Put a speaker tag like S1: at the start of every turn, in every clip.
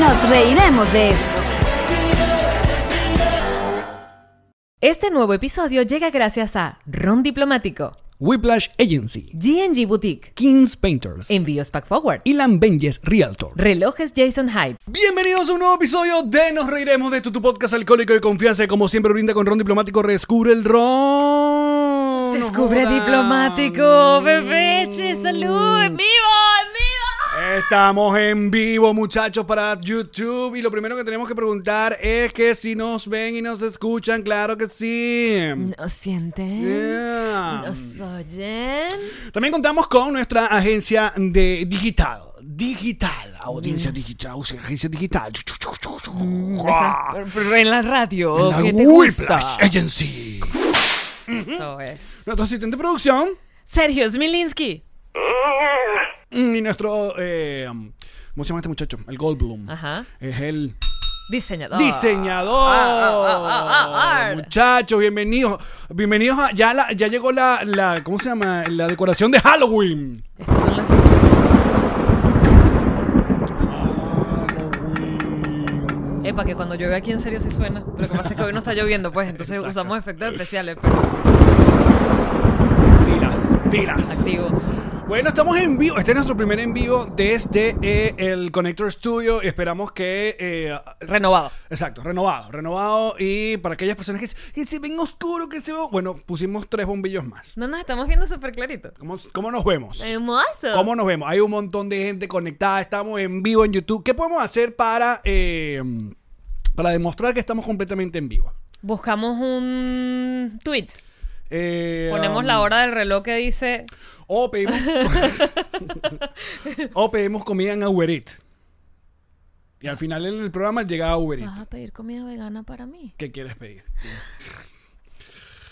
S1: Nos reiremos de esto.
S2: Este nuevo episodio llega gracias a Ron Diplomático,
S3: Whiplash Agency,
S2: GNG Boutique,
S3: Kings Painters,
S2: Envíos Pack Forward,
S3: Ilan Benjes Realtor.
S2: Relojes Jason Hyde.
S3: Bienvenidos a un nuevo episodio de Nos Reiremos de tu, tu podcast alcohólico de confianza. que Como siempre brinda con Ron Diplomático, descubre el Ron.
S2: Descubre
S3: No jodan.
S2: Diplomático, bebeche, salud, en vivo, en vivo.
S3: Estamos en vivo, muchachos, para YouTube. Y lo primero que tenemos que preguntar es que si nos ven y nos escuchan, claro que sí.
S2: Nos sienten,
S3: Yeah.
S2: nos oyen.
S3: También contamos con nuestra agencia de digital. Digital,
S2: Mm.
S3: audiencia digital, agencia digital.
S2: Estás En la radio,
S3: Ah. La
S2: ¿qué te
S3: Whiplash
S2: gusta?
S3: Agency.
S2: Eso es.
S3: Nuestro asistente de producción
S2: Sergio Smilinski.
S3: mm, y nuestro. eh, ¿Cómo se llama este muchacho? El Goldblum.
S2: Ajá.
S3: Es el
S2: Diseñador.
S3: diseñador.
S2: ah, ah, ah.
S3: Muchachos, bienvenidos. Bienvenidos a. Ya, la- ya llegó la, la. ¿Cómo se llama? La decoración de Halloween.
S2: Estas son las cosas.
S3: Halloween.
S2: Epa, que cuando llueve aquí en serio sí suena. Lo que pasa es que hoy no está lloviendo, pues, entonces
S3: Exacto.
S2: usamos efectos especiales, pues, pero
S3: Pilas, pilas.
S2: activos.
S3: Bueno, estamos en vivo. Este es nuestro primer en vivo desde eh, el Connector Studio. Y esperamos que. eh,
S2: Renovado.
S3: Exacto, renovado, renovado. Y para aquellas personas que, que se ven oscuro, que se ve. Bueno, pusimos tres bombillos más.
S2: No nos estamos viendo súper clarito.
S3: ¿Cómo, cómo nos vemos?
S2: Hermoso.
S3: ¿Cómo nos vemos? Hay un montón de gente conectada, estamos en vivo en YouTube. ¿Qué podemos hacer para, eh, para demostrar que estamos completamente en vivo?
S2: Buscamos un tweet.
S3: Eh,
S2: Ponemos
S3: um,
S2: la hora del reloj que dice.
S3: O pedimos, o pedimos comida en Uber Eats. Y al final del programa llega Uber Eats.
S2: Vas a pedir comida vegana para mí.
S3: ¿Qué quieres pedir?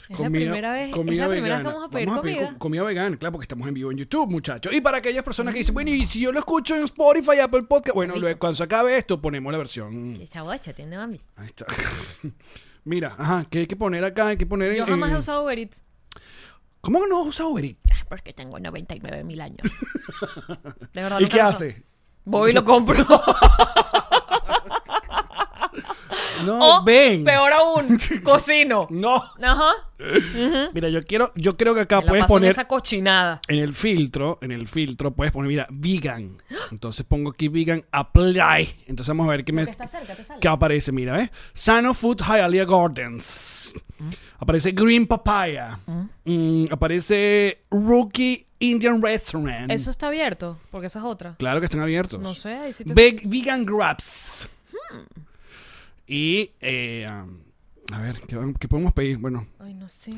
S2: Es la primera vez. Es la primera
S3: comida
S2: vez que
S3: vegana.
S2: vamos a pedir
S3: co-
S2: comida.
S3: comida. vegana, claro, porque estamos en vivo en YouTube, muchachos. Y para aquellas personas que dicen, bueno, y si yo lo escucho en Spotify, Apple Podcast, bueno,
S2: Rico.
S3: lo- cuando se acabe esto, ponemos la versión.
S2: Esa guacha tiene mami.
S3: Ahí está. Mira, ajá, ¿qué hay que poner acá? Hay que poner en-
S2: Yo jamás he
S3: en-
S2: usado Uber Eats.
S3: ¿Cómo que no has usado Uber Eats?
S2: Ah, Porque tengo 99 mil años. De verdad,
S3: ¿Y
S2: nunca
S3: qué
S2: lo uso.
S3: hace?
S2: Voy y lo compro.
S3: No,
S2: o,
S3: ven.
S2: peor aún, Oh, cocino.
S3: No.
S2: Ajá.
S3: Mira, yo quiero, yo creo que acá
S2: Me la
S3: puedes
S2: paso en
S3: poner
S2: esa cochinada.
S3: en el filtro, en el filtro puedes poner, mira, vegan. Entonces pongo aquí vegan apply. Entonces vamos a ver qué me
S2: Que está cerca, te sale.
S3: que aparece, mira, ¿ves? Sano Food Hialeah Gardens.
S2: Mm.
S3: Aparece Green Papaya. Mm, aparece Rookie Indian Restaurant.
S2: Eso está abierto, porque esa es otra.
S3: Claro que están abiertos.
S2: No sé, ahí sí te- Hmm.
S3: Ve- vegan Grabs. Y, eh, um, a ver, ¿qué, qué podemos pedir? Bueno,
S2: Ay, no sé.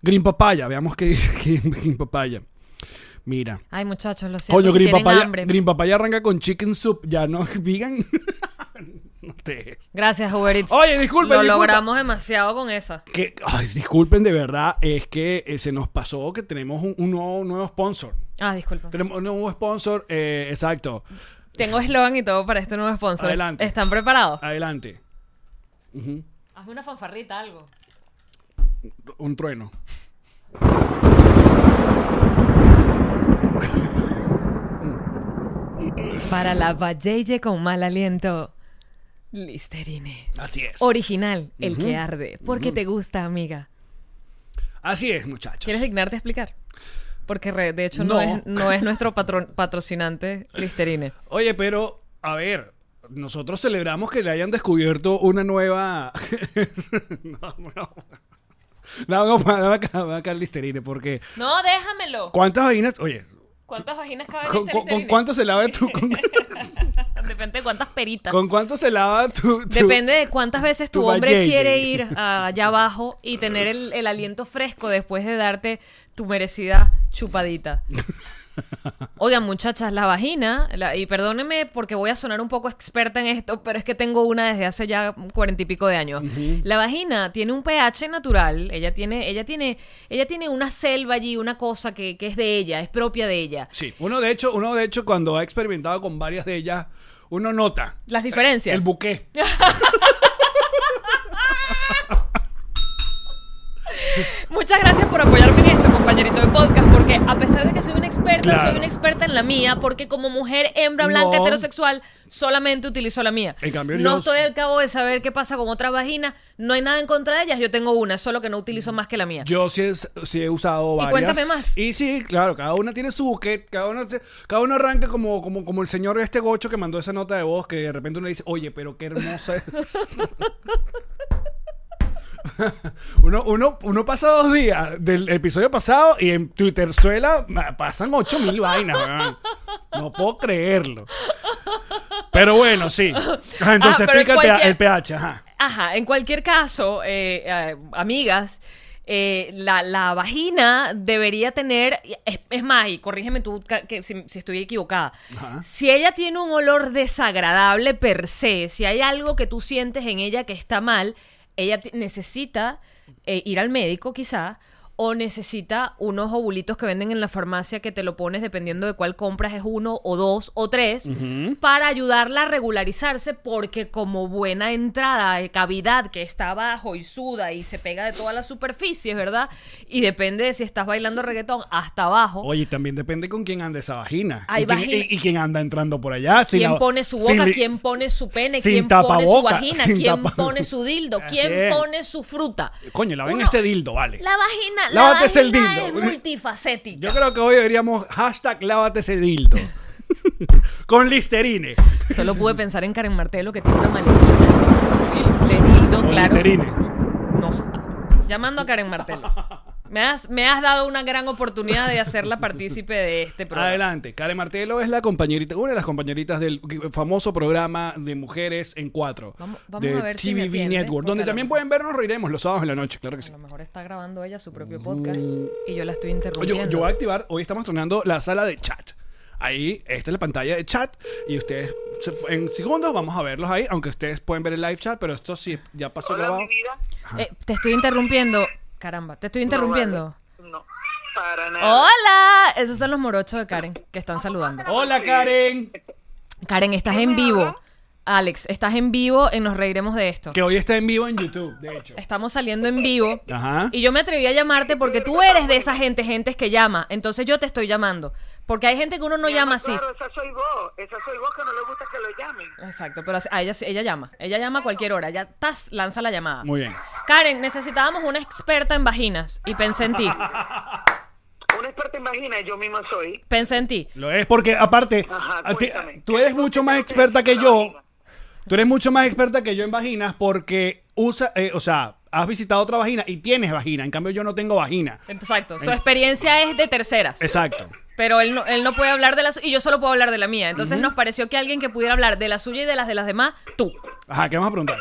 S3: Green Papaya, veamos qué dice aquí en Green Papaya. Mira.
S2: Ay, muchachos, lo siento.
S3: Coño,
S2: pues si
S3: Green
S2: tienen
S3: Papaya,
S2: hambre.
S3: Green Papaya arranca con chicken soup, ya no es vegan. no te...
S2: Gracias, Uber Eats.
S3: Oye, disculpa,
S2: Lo
S3: disculpa.
S2: logramos demasiado con esa.
S3: Que, ay, disculpen, de verdad, es que eh, se nos pasó que tenemos un, un nuevo, un nuevo sponsor.
S2: Ah, disculpa.
S3: Tenemos un nuevo sponsor, eh, exacto.
S2: Tengo eslogan y todo para este nuevo sponsor.
S3: Adelante. Ah.
S2: ¿Están preparados?
S3: Adelante. Ujú.
S2: Hazme una fanfarrita, algo.
S3: Un trueno.
S2: Para la Valleye con mal aliento. Listerine.
S3: Así es.
S2: Original, el que arde. Porque te gusta, amiga.
S3: Así es, muchachos.
S2: ¿Quieres dignarte a explicar? Porque re- de hecho no,
S3: No.
S2: es, no es nuestro patro- patrocinante Listerine.
S3: Oye, pero, a ver, nosotros celebramos que le hayan descubierto una nueva. no, no. No, no, dame acá, dame acá el Listerine, porque.
S2: No, déjamelo.
S3: ¿Cuántas vainas? Oye,
S2: ¿Cuántas vaginas cabe
S3: ¿con, con- con cuánto se lava tú? ¿Con,
S2: Depende de cuántas peritas.
S3: con cuánto se lava tú?
S2: Depende de cuántas veces tu
S3: tu
S2: hombre
S3: valleye.
S2: quiere ir allá abajo y tener el, el aliento fresco después de darte tu merecida chupadita. Oigan, muchachas, la vagina, la- y perdónenme porque voy a sonar un poco experta en esto, pero es que tengo una desde hace ya cuarenta y pico de años. La vagina tiene un pH natural, ella tiene, ella tiene, ella tiene una selva allí, una cosa que, que es de ella, es propia de ella.
S3: Sí, uno de hecho, uno de hecho cuando ha experimentado con varias de ellas, uno nota
S2: Las diferencias.
S3: el buqué.
S2: Muchas gracias por apoyarme en esto, compañerito de podcast, porque a pesar de que soy una experta,
S3: Claro.
S2: soy una experta en la mía, porque como mujer hembra blanca
S3: No.
S2: heterosexual, solamente utilizo la mía.
S3: En cambio,
S2: no
S3: yo-
S2: estoy al cabo de saber qué pasa con otras vaginas, no hay nada en contra de ellas, yo tengo una, solo que no utilizo más que la mía.
S3: Yo sí, es- sí he usado varias.
S2: cuéntame más.
S3: Y sí, claro, cada una tiene su buquet, cada uno, se- cada uno arranca como, como, como el señor este gocho que mandó esa nota de voz que de repente uno le dice, oye, pero qué hermosa es. uno, uno, uno pasa dos días del episodio pasado y en Twitterzuela ma, pasan ocho mil vainas, weón. No puedo creerlo. Pero bueno, sí. Ah, Entonces
S2: pero
S3: explica el, pH,
S2: cualquier-
S3: el pH, ajá.
S2: Ajá, en cualquier caso, eh, eh, amigas, eh, la, la vagina debería tener, es, es más, y corrígeme tú ca- que si, si estoy equivocada, si ella tiene un olor desagradable per se, si hay algo que tú sientes en ella que está mal, ella ti- necesita eh, ir al médico quizá. O necesita unos ovulitos que venden en la farmacia que te lo pones dependiendo de cuál compras, es uno o dos o tres, para ayudarla a regularizarse, porque como buena entrada de cavidad que está abajo y suda y se pega de todas las superficies, ¿verdad? Y depende de si estás bailando reggaetón hasta abajo.
S3: Oye, también depende con quién anda esa vagina.
S2: Hay
S3: y, quién,
S2: vagina-
S3: y- y quién anda entrando por allá. si
S2: ¿Quién
S3: la-
S2: pone su
S3: si
S2: boca?
S3: li-
S2: ¿Quién pone su pene?
S3: sin
S2: ¿Quién pone su
S3: tapaboca,
S2: vagina?
S3: sin
S2: ¿Quién
S3: tapa-
S2: pone su dildo?
S3: Así
S2: ¿Quién
S3: es.
S2: pone su fruta?
S3: Coño, la ven
S2: Uno-
S3: este dildo, vale.
S2: La vagina, la
S3: Lávate ese
S2: vagina
S3: dildo.
S2: es multifacética.
S3: Yo creo que hoy deberíamos hashtag lávate ese dildo. con listerine.
S2: Solo pude pensar en Karen Martelo que tiene una maletita de dildo,
S3: Con
S2: Oh, claro.
S3: listerine.
S2: No, llamando a Karen Martelo. Me has, me has dado una gran oportunidad de hacerla partícipe de este programa.
S3: Adelante. Karen Martelo es la compañerita, una de las compañeritas del famoso programa de mujeres en cuatro.
S2: Vamos- vamos
S3: de
S2: a ver si me
S3: TVB
S2: atiende,
S3: Network.
S2: porque
S3: Donde
S2: a lo
S3: también
S2: mejor-
S3: pueden vernos, reiremos los sábados en la noche, claro que
S2: A
S3: sí.
S2: lo mejor está grabando ella su propio podcast y yo la estoy interrumpiendo.
S3: Yo, yo voy a activar, hoy estamos tronando la sala de chat. Ahí, esta es la pantalla de chat y ustedes se- en segundos vamos a verlos ahí, aunque ustedes pueden ver el live chat, pero esto sí ya pasó
S1: Hola,
S3: grabado.
S1: mi vida.
S2: Eh, te estoy interrumpiendo. Caramba, te estoy interrumpiendo. Oh,
S1: No, vale. No, para nada.
S2: Hola, esos son los morochos de Karen que están saludando.
S3: Hola Karen,
S2: Karen, estás en vivo. Alex, estás en vivo en Nos Reiremos de esto.
S3: que hoy está en vivo en YouTube, de hecho.
S2: Estamos saliendo en vivo.
S3: Ajá.
S2: Y yo me atreví a llamarte porque tú eres de esa gente, gentes que llama. Entonces yo te estoy llamando. Porque hay gente que uno no
S1: Mi
S2: llama
S1: amor,
S2: así.
S1: Claro, esa soy vos. Esa soy vos que no le gusta que lo llamen.
S2: Exacto, pero a ella, sí- ella llama. Ella llama a cualquier hora. Ya, tas, lanza la llamada.
S3: Muy bien.
S2: Karen, necesitábamos una experta en vaginas. Y pensé en ti.
S1: Una experta en vagina, yo misma soy.
S2: Pensé en ti.
S3: Lo es porque aparte
S1: Ajá,
S3: a ti-
S1: cuéntame.
S3: tú eres mucho más experta que yo. Tú eres mucho más experta que yo en vaginas porque usa, eh, o sea, has visitado otra vagina y tienes vagina, en cambio yo no tengo vagina.
S2: Exacto. Su experiencia es de terceras.
S3: Exacto.
S2: Pero él no, él no puede hablar de la suya y yo solo puedo hablar de la mía. Entonces nos pareció que alguien que pudiera hablar de la suya y de las de las demás, tú.
S3: Ajá, ¿qué vamos a preguntar?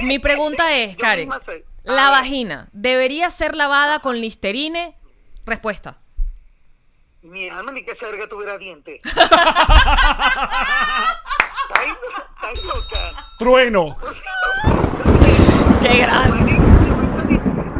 S2: Mi pregunta es,
S1: Yo
S2: Karen,
S1: misma soy.
S2: ¿la
S1: Ah.
S2: vagina debería ser lavada con listerine? Respuesta.
S1: Mi alma ni que esa verga tuviera dientes. Está está loca.
S3: Trueno.
S2: ¡Qué grande!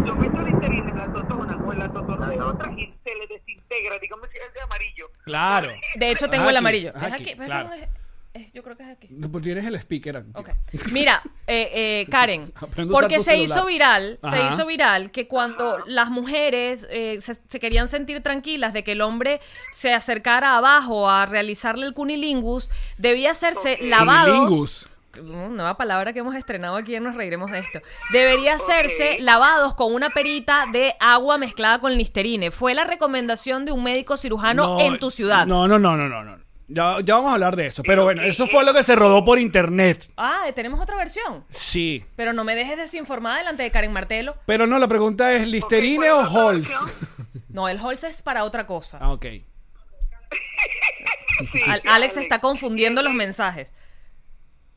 S1: Yo meto el interés en la totona o en la totona de otra y se le desintegra. Dígame si es de amarillo.
S3: Claro.
S2: De hecho, tengo
S3: Aquí,
S2: el amarillo.
S3: aquí,
S2: es aquí. pero
S3: claro.
S2: no es- es- yo creo que es aquí.
S3: pues, Tienes el speaker aquí.
S2: Ok. Mira, eh, eh, Karen,
S3: Aprendo a usar
S2: porque
S3: tu
S2: se
S3: celular.
S2: hizo viral, se
S3: Ajá.
S2: hizo viral que cuando las mujeres eh, se, se querían sentir tranquilas de que el hombre se acercara abajo a realizarle el cunilingus, debía hacerse
S1: Ok.
S2: lavados.
S3: Cunilingus.
S2: Mm, Nueva palabra que hemos estrenado aquí, en nos reiremos de esto. Debería hacerse
S1: Ok.
S2: lavados con una perita de agua mezclada con listerine. Fue la recomendación de un médico cirujano en tu ciudad.
S3: No, no, no, no, no, no. Ya, ya vamos a hablar de eso. Pero bueno, eso fue lo que se rodó por internet.
S2: Ah, tenemos otra versión.
S3: Sí.
S2: Pero no me dejes desinformada delante de Karen Martelo.
S3: Pero no, la pregunta es, ¿Listerine
S1: Ok,
S3: o
S1: ¿cuál es la otra
S3: Halls?
S1: opción?
S2: No, el Holz es para otra cosa.
S3: Ah, ok.
S1: Sí,
S2: Al- Alex está confundiendo los mensajes.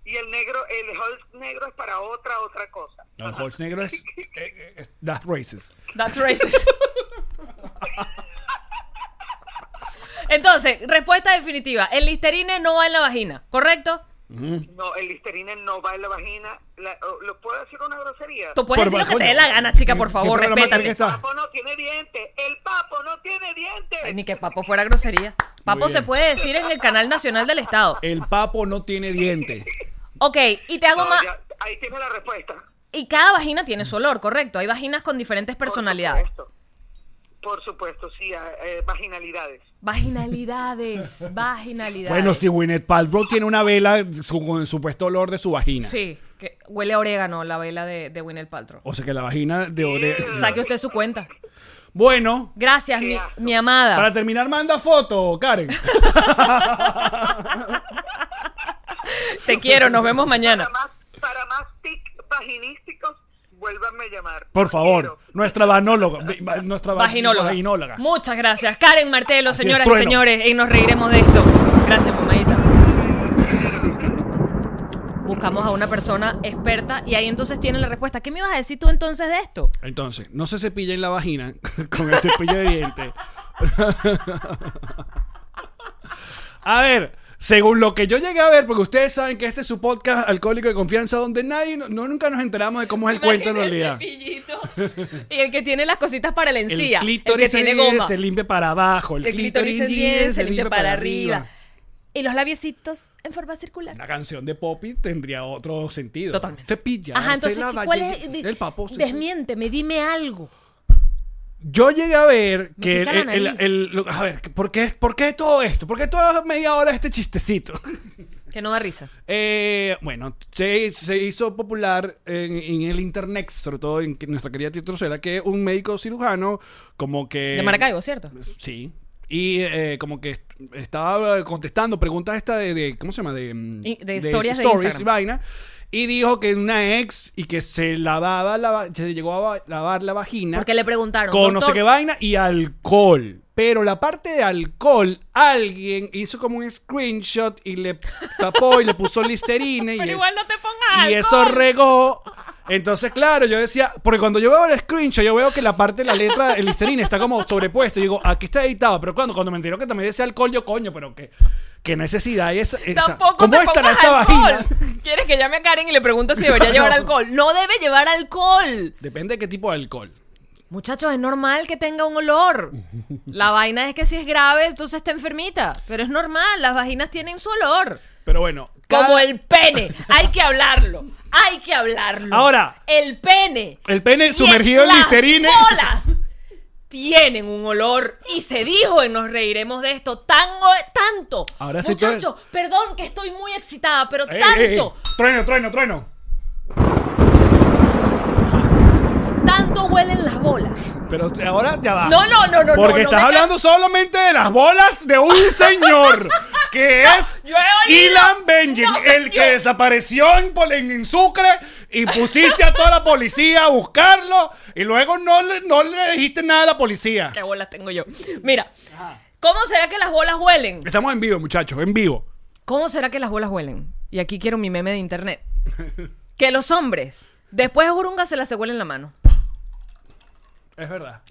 S1: Y el negro, el Hulk negro es para otra, otra cosa.
S3: No, el Halls negro es... eh, eh, eh, that's racist.
S2: That's racist. Entonces, respuesta definitiva. El listerine no va en la vagina, ¿correcto?
S1: No, el listerine no va en la vagina. La- ¿Lo puedo decir una grosería?
S2: Tú puedes
S3: Por
S2: decir lo que te
S3: coño.
S2: dé la gana, chica, por
S3: ¿Qué
S2: favor,
S3: programa creen que
S2: respétate.
S3: está?
S1: El papo no tiene dientes. El papo no tiene dientes.
S2: Ay, Ni que papo fuera grosería. Papo se
S3: bien.
S2: puede decir en el canal nacional del Estado.
S3: El papo no tiene diente.
S2: Ok, y te hago
S1: No,
S2: más.
S1: ya, ahí tienes la respuesta.
S2: Y cada vagina tiene su olor, correcto. Hay vaginas con diferentes personalidades.
S1: Por supuesto, Por supuesto, sí, a- eh, vaginalidades.
S2: Vaginalidades, vaginalidades.
S3: Bueno, si Gwyneth Paltrow tiene una vela su- con el supuesto olor de su vagina.
S2: Sí, que huele a orégano la vela de, de Gwyneth Paltrow.
S3: O sea que la vagina de ore-
S2: Saque usted su cuenta.
S3: Bueno,
S2: Gracias,
S1: Qué
S2: mi,
S1: asco.
S2: mi amada.
S3: para terminar, manda foto, Karen.
S2: Te quiero, nos vemos mañana.
S1: Para más, para más tic vaginísticos, vuélvanme a llamar.
S3: Por favor,
S1: Quiero.
S3: nuestra vanóloga. va- Nuestra va-
S2: Vaginóloga.
S3: vaginóloga.
S2: Muchas gracias. Karen Martelo,
S3: Así es,
S2: señoras y
S3: trueno.
S2: señores, y nos reiremos de esto. Gracias, mamadita. Buscamos a una persona experta y ahí entonces tiene la respuesta. ¿Qué me ibas a decir tú entonces de esto?
S3: Entonces, no se cepilla en la vagina con el cepillo de dientes. a ver, según lo que yo llegué a ver, porque ustedes saben que este es su podcast alcohólico de confianza donde nadie, no, nunca nos enteramos de cómo es el cuento en
S2: Imagínate
S3: realidad.
S2: el cepillito. Y el que tiene las cositas para la encía. El, que
S3: en
S2: tiene
S3: diez
S2: goma.
S3: se limpia para abajo, el,
S2: El clítoris en 10
S3: diez
S2: se limpia para arriba. Y los labiecitos en forma circular.
S3: La canción de Poppy tendría otro sentido.
S2: Totalmente.
S3: Cepilla.
S2: Ajá,
S3: se
S2: entonces,
S3: lava,
S2: ¿cuál
S3: ye-
S2: es?
S3: ye- El papo. se-
S2: Desmiénteme, dime algo.
S3: Yo llegué a ver
S2: Me
S3: que.
S2: pica
S3: el-
S2: la
S3: el-
S2: nariz.
S3: el- lo- a ver, ¿por qué, ¿por qué todo esto? ¿Por qué toda media hora este chistecito?
S2: Que no da risa.
S3: Eh, bueno, se, se hizo popular en, en el internet, sobre todo en que- nuestra querida Tito Rosera, que un médico cirujano, como que.
S2: De Maracaibo, ¿cierto?
S3: Sí. Y eh, como que est- estaba contestando preguntas esta de, de- ¿cómo se llama? De, mm,
S2: Y- de historias de
S3: stories y
S2: Instagram.
S3: vaina. Y dijo que una ex y que se lavaba la va- se llegó a va- lavar la vagina
S2: Porque le preguntaron.
S3: con no sé
S2: "Doctor,
S3: qué vaina y alcohol. Pero la parte de alcohol, alguien hizo como un screenshot y le tapó y le puso listerine. y
S2: Pero
S3: es-
S2: igual no te pongas
S3: Y eso
S2: alcohol.
S3: regó. Entonces, claro, yo decía, porque cuando yo veo el screenshot, yo veo que la parte de la letra, el listerine está como sobrepuesto. Y digo, aquí está editado. Pero cuando, cuando me enteró que también decía alcohol, yo coño, pero que qué necesidad es esa.
S2: Tampoco
S3: ¿Cómo
S2: te
S3: estará
S2: pongas
S3: esa
S2: alcohol.
S3: vagina?
S2: ¿Quieres que llame a Karen y le pregunte si debería llevar alcohol? No debe llevar alcohol.
S3: Depende de qué tipo de alcohol.
S2: Muchachos, es normal que tenga un olor. La vaina es que si es grave, entonces está enfermita. Pero es normal, las vaginas tienen su olor.
S3: Pero bueno,
S2: Como
S3: cada-
S2: el pene. Hay que hablarlo. Hay que hablarlo.
S3: Ahora.
S2: El pene.
S3: el pene
S2: y
S3: sumergido en
S2: las
S3: listerine.
S2: bolas tienen un olor y se dijo y nos reiremos de esto tan o- tanto.
S3: Ahora sí tú-
S2: Muchachos, perdón que estoy muy excitada, pero
S3: Ey,
S2: tanto,
S3: ey, ey. Trueno, trueno, trueno.
S2: tanto huelen las bolas.
S3: Pero ahora ya va.
S2: No, no, no, no,
S3: Ah, Porque
S2: no, no
S3: estás
S2: me
S3: hablando solamente de las bolas de un señor que es
S2: Yo he oído.
S3: Ilan Benjen,
S2: No,
S3: el
S2: señor.
S3: que desapareció en, Pol- en- en Sucre y pusiste a toda la policía a buscarlo y luego no le, no le dijiste nada a la policía.
S2: ¿Qué bolas tengo yo? Mira, ¿cómo será que las bolas huelen?
S3: Estamos en vivo, muchachos, en vivo.
S2: ¿Cómo será que las bolas huelen? Y aquí quiero mi meme de internet. Que los hombres, después de Jurunga, se las se huelen la mano.
S3: Es verdad.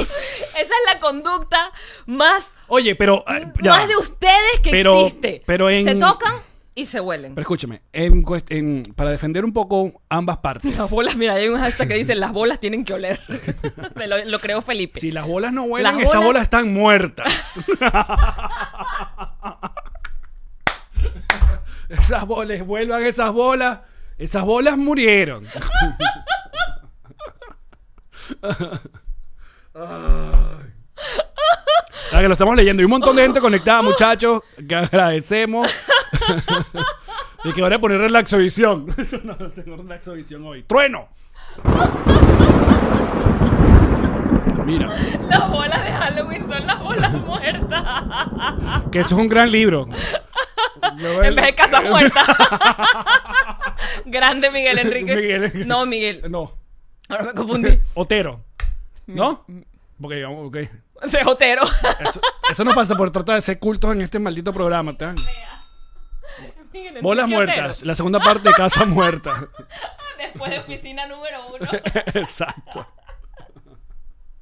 S2: Esa es la conducta más,
S3: Oye, pero eh, ya
S2: Mm, más
S3: va.
S2: de ustedes que
S3: Pero-
S2: existe.
S3: pero en-
S2: Se tocan y se huelen.
S3: Pero escúchame, en cuest- en- para defender un poco ambas partes.
S2: Las bolas, mira, hay un hashtag que dice las bolas tienen que oler. Me lo, lo creó Felipe.
S3: Si las bolas no huelen,
S2: Las
S3: esas
S2: bolas-
S3: bolas están muertas. esas bolas, vuelvan esas bolas. Esas bolas murieron. Ah, que lo estamos leyendo. Hay un montón de gente conectada, muchachos, que agradecemos. y que ahora poner relaxovisión. no, no tengo relaxovisión hoy. ¡Trueno! Mira.
S2: Las bolas de Halloween son las bolas muertas.
S3: Que eso es un gran libro. Luego
S2: en
S3: el-
S2: vez de casas muertas. Grande Miguel Enrique.
S3: Miguel.
S2: No, Miguel.
S3: No.
S2: Ahora me confundí.
S3: Otero. ¿No? Porque digamos, ok.
S2: Cejotero.
S3: Eso, eso no pasa por tratar de ser cultos en este maldito programa. ¿te dan?
S2: Miguel Enrique
S3: Bolas
S2: Otero.
S3: muertas. La segunda parte de Casa Muerta.
S2: Después de oficina número uno.
S3: Exacto.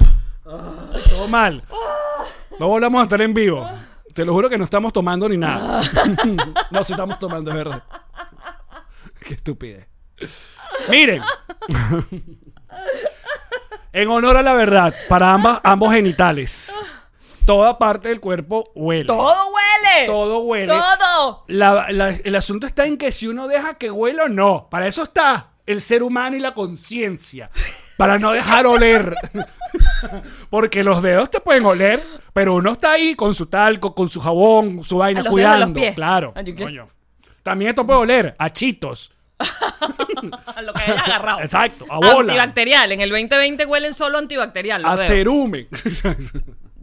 S3: Ay, todo mal. No volvamos a estar en vivo. Te lo juro que no estamos tomando ni nada. no, si estamos tomando, es verdad. Qué estupidez. Miren. en honor a la verdad, para ambas, ambos genitales. Toda parte del cuerpo huele.
S2: Todo huele.
S3: Todo huele.
S2: Todo.
S3: La- la- el asunto está en que si uno deja que huela o no. Para eso está el ser humano y la conciencia. Para no dejar oler. Porque los dedos te pueden oler, pero uno está ahí con su talco, con su jabón, su vaina,
S2: A los dedos de
S3: cuidando.
S2: los pies.
S3: Claro.
S2: Ah, yo qué.
S3: coño. También esto puede oler a chitos.
S2: Ah, Lo que hayas agarrado.
S3: Exacto, a bola.
S2: Antibacterial. En el 2020 huelen solo antibacterial. Ah, los
S3: A
S2: dedos.
S3: cerumen.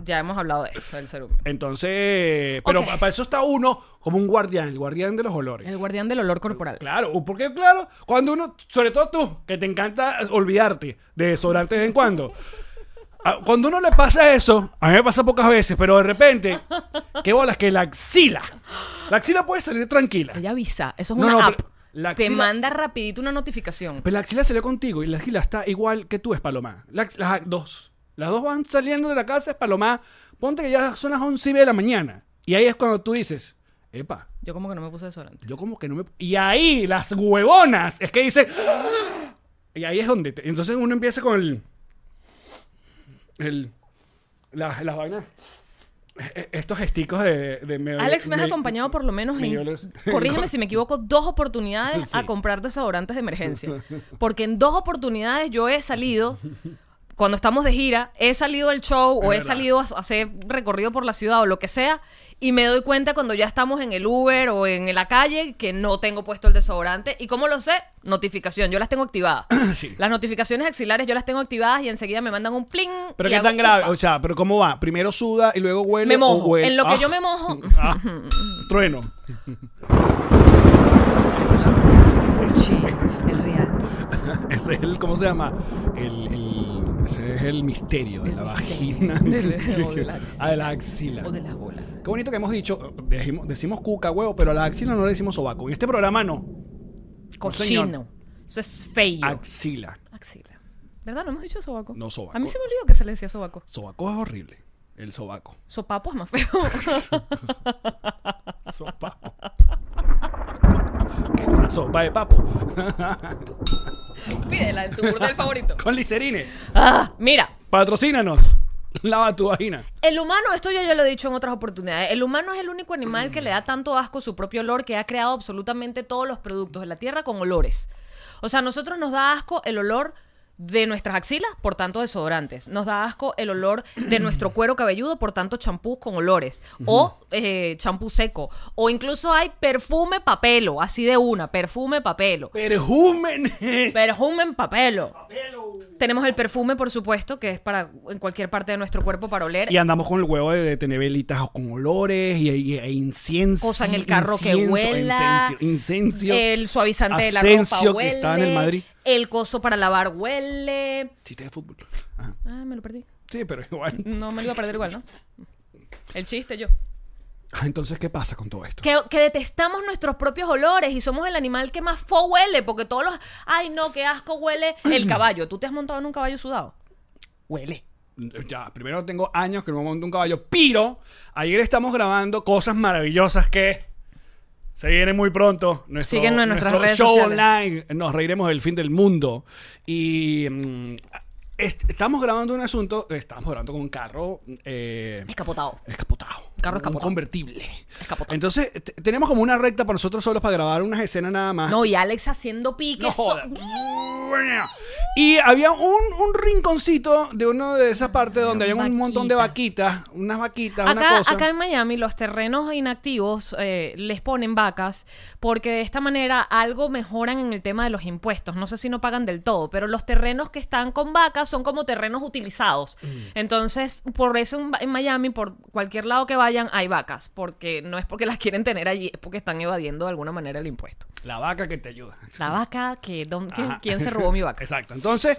S2: Ya hemos hablado de eso, del serum.
S3: Entonces, pero
S2: Ok.
S3: pa- para eso está uno como un guardián, el guardián de los olores.
S2: El guardián del olor corporal.
S3: Claro, u- porque claro, cuando uno, sobre todo tú, que te encanta olvidarte de desodorante de vez en cuando. a- Cuando uno le pasa eso, a mí me pasa pocas veces, pero de repente, qué bolas que la axila. La axila puede salir tranquila.
S2: Ella avisa. Eso es
S3: No,
S2: una
S3: no,
S2: app.
S3: pero la
S2: Te
S3: axila-
S2: manda rapidito una notificación.
S3: Pero la axila salió contigo y la axila está igual que tú, es Palomá. La ax- las dos. Las dos van saliendo de la casa, es Palomá. Ponte que ya son las 11 y media de la mañana. Y ahí es cuando tú dices, epa,
S2: Yo como que no me puse desodorante.
S3: yo como que no me... Y ahí las huevonas es que dicen... "Ah". Y ahí es donde... te- Entonces uno empieza con el... el las, las vainas... e- Estos gesticos de... de me-
S2: Alex, me has
S3: Eh, me-
S2: acompañado por lo menos
S3: me-
S2: en, corrígeme si me equivoco, dos oportunidades a
S3: Sí.
S2: comprar desodorantes de emergencia. Porque en dos oportunidades yo he salido, cuando estamos de gira, he salido al show o he
S3: verdad.
S2: salido a a hacer recorrido por la ciudad o lo que sea, y me doy cuenta cuando ya estamos en el Uber o en la calle que no tengo puesto el desodorante. ¿Y cómo lo sé? Notificación, yo las tengo activadas.
S3: Sí.
S2: Las notificaciones axilares yo las tengo activadas y enseguida me mandan un pling.
S3: Pero
S2: y
S3: qué
S2: hago
S3: tan grave,
S2: upa.
S3: o sea, pero cómo va, primero suda y luego huele.
S2: Me
S3: o
S2: mojo.
S3: huele-
S2: En lo que
S3: Ah.
S2: yo me mojo.
S3: Ah, trueno.
S2: Sí, el real.
S3: Ese es el, ¿cómo se llama? El, el- ese es el misterio de
S2: El
S3: la
S2: misterio
S3: vagina.
S2: del- o de la axila.
S3: Ah, de la axila.
S2: O de las bolas.
S3: Qué bonito que hemos dicho, decimos, decimos cuca, huevo, pero a la axila no le decimos sobaco. En este programa no,
S2: Cochino.
S3: señor.
S2: Eso es feo.
S3: axila.
S2: Axila. ¿Verdad? No hemos dicho sobaco.
S3: No, sobaco.
S2: A mí se me olvidó que se le decía sobaco.
S3: Sobaco es horrible, el sobaco.
S2: Sopapo es más feo.
S3: Sopapo. que es una sopa de papo.
S2: Pídela en tu burdel favorito.
S3: Con listerine.
S2: Ah, mira,
S3: Patrocínanos. Lava tu vagina.
S2: el humano, esto yo ya lo he dicho en otras oportunidades, el humano es el único animal que le da tanto asco su propio olor que ha creado absolutamente todos los productos de la tierra con olores. O sea, a nosotros nos da asco el olor de nuestras axilas, por tanto desodorantes. Nos da asco el olor de nuestro cuero cabelludo, por tanto champús con olores. O eh, champú seco. O incluso hay perfume papelo, así de una, perfume papelo.
S3: Perjumen.
S2: Perfume en papelo. Tenemos el perfume, por supuesto, que es para en cualquier parte de nuestro cuerpo para oler.
S3: Y andamos con el huevo de, de tener velitas o con olores y, y- e incienso.
S2: Cosa en el carro que
S3: incienso, e
S2: huela.
S3: Incencio. incencio.
S2: El suavizante de la
S3: Asensio,
S2: ropa huele.
S3: que estaba en el Madrid.
S2: el coso para lavar huele.
S3: Chiste de fútbol. Ajá.
S2: Ah, me lo perdí.
S3: Sí, pero igual.
S2: No me lo iba a perder igual, ¿no? El chiste yo.
S3: Ah, Entonces, ¿qué pasa con todo esto?
S2: Que, que detestamos nuestros propios olores y somos el animal que más fo huele, porque todos los... Ay, no, qué asco huele el caballo. ¿Tú te has montado en un caballo sudado? Huele.
S3: Ya, primero tengo años que no monto un caballo, pero ayer estamos grabando cosas maravillosas que se vienen muy pronto. Nuestro,
S2: Síguenos en nuestras
S3: nuestro
S2: redes
S3: show
S2: sociales.
S3: online, nos reiremos del fin del mundo. Y mm, est- estamos grabando un asunto, estamos grabando con un carro eh,
S2: Escapotado.
S3: escapotado.
S2: Carro
S3: Un
S2: escapotado.
S3: convertible.
S2: Escapotado.
S3: Entonces, t- tenemos como una recta para nosotros solos para grabar unas escenas nada más.
S2: No, y Alex haciendo piques.
S3: Ah. No joda. Y había un, un rinconcito de una de esas partes donde había un montón de vaquitas, unas vaquitas, una
S2: Acá,
S3: cosa.
S2: acá en Miami los terrenos inactivos eh, les ponen vacas porque de esta manera algo mejoran en el tema de los impuestos. No sé si no pagan del todo, pero los terrenos que están con vacas son como terrenos utilizados.
S3: Mm.
S2: Entonces, por eso en, en Miami, por cualquier lado que vayan, hay vacas, porque no es porque las quieren tener allí, es porque están evadiendo de alguna manera el impuesto.
S3: La vaca que te ayuda.
S2: La vaca, que, don- que-
S3: Ajá.
S2: ¿quién se robó mi vaca?
S3: Exacto. Entonces,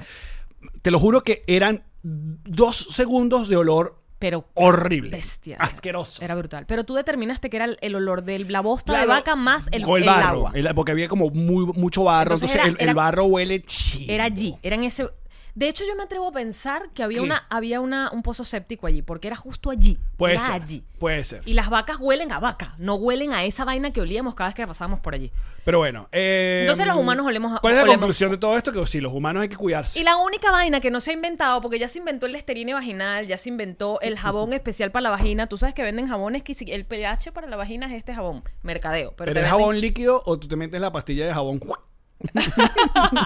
S3: te lo juro que eran dos segundos de olor
S2: Pero
S3: horrible.
S2: bestia.
S3: Asqueroso.
S2: Era brutal. Pero tú determinaste que era el, el olor de la bosta
S3: Claro,
S2: de vaca más el,
S3: o
S2: el
S3: barro,
S2: agua.
S3: el- porque había como muy, mucho barro.
S2: Entonces
S3: Entonces,
S2: era-
S3: el, el
S2: era-
S3: barro huele chido.
S2: Era allí, era en ese... De hecho, yo me atrevo a pensar que había,
S3: ¿Qué?
S2: una, había una, un pozo séptico allí, porque era justo allí.
S3: Puede
S2: era
S3: ser.
S2: allí.
S3: Puede ser.
S2: Y las vacas huelen a vaca, no huelen a esa vaina que olíamos cada vez que pasábamos por allí.
S3: Pero bueno. eh,
S2: Entonces los humanos olemos a-
S3: ¿Cuál es la
S2: olemos-
S3: conclusión de todo esto? Que sí, los humanos hay que cuidarse.
S2: Y la única vaina que no se ha inventado, porque ya se inventó el esterine vaginal, ya se inventó el jabón especial para la vagina. Tú sabes que venden jabones que si- el pH para la vagina es este jabón, mercadeo. Pero
S3: ¿Pero
S2: te
S3: es
S2: venden-
S3: jabón líquido o tú te metes la pastilla de jabón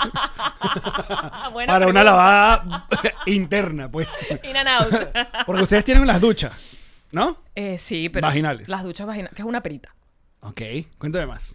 S2: Ah, buena
S3: para una
S2: pregunta.
S3: lavada interna, pues?
S2: In and out.
S3: Porque ustedes tienen las duchas, ¿no?
S2: Eh, sí, pero.
S3: Vaginales.
S2: Las duchas vaginales, que es una perita.
S3: Ok, cuéntame más.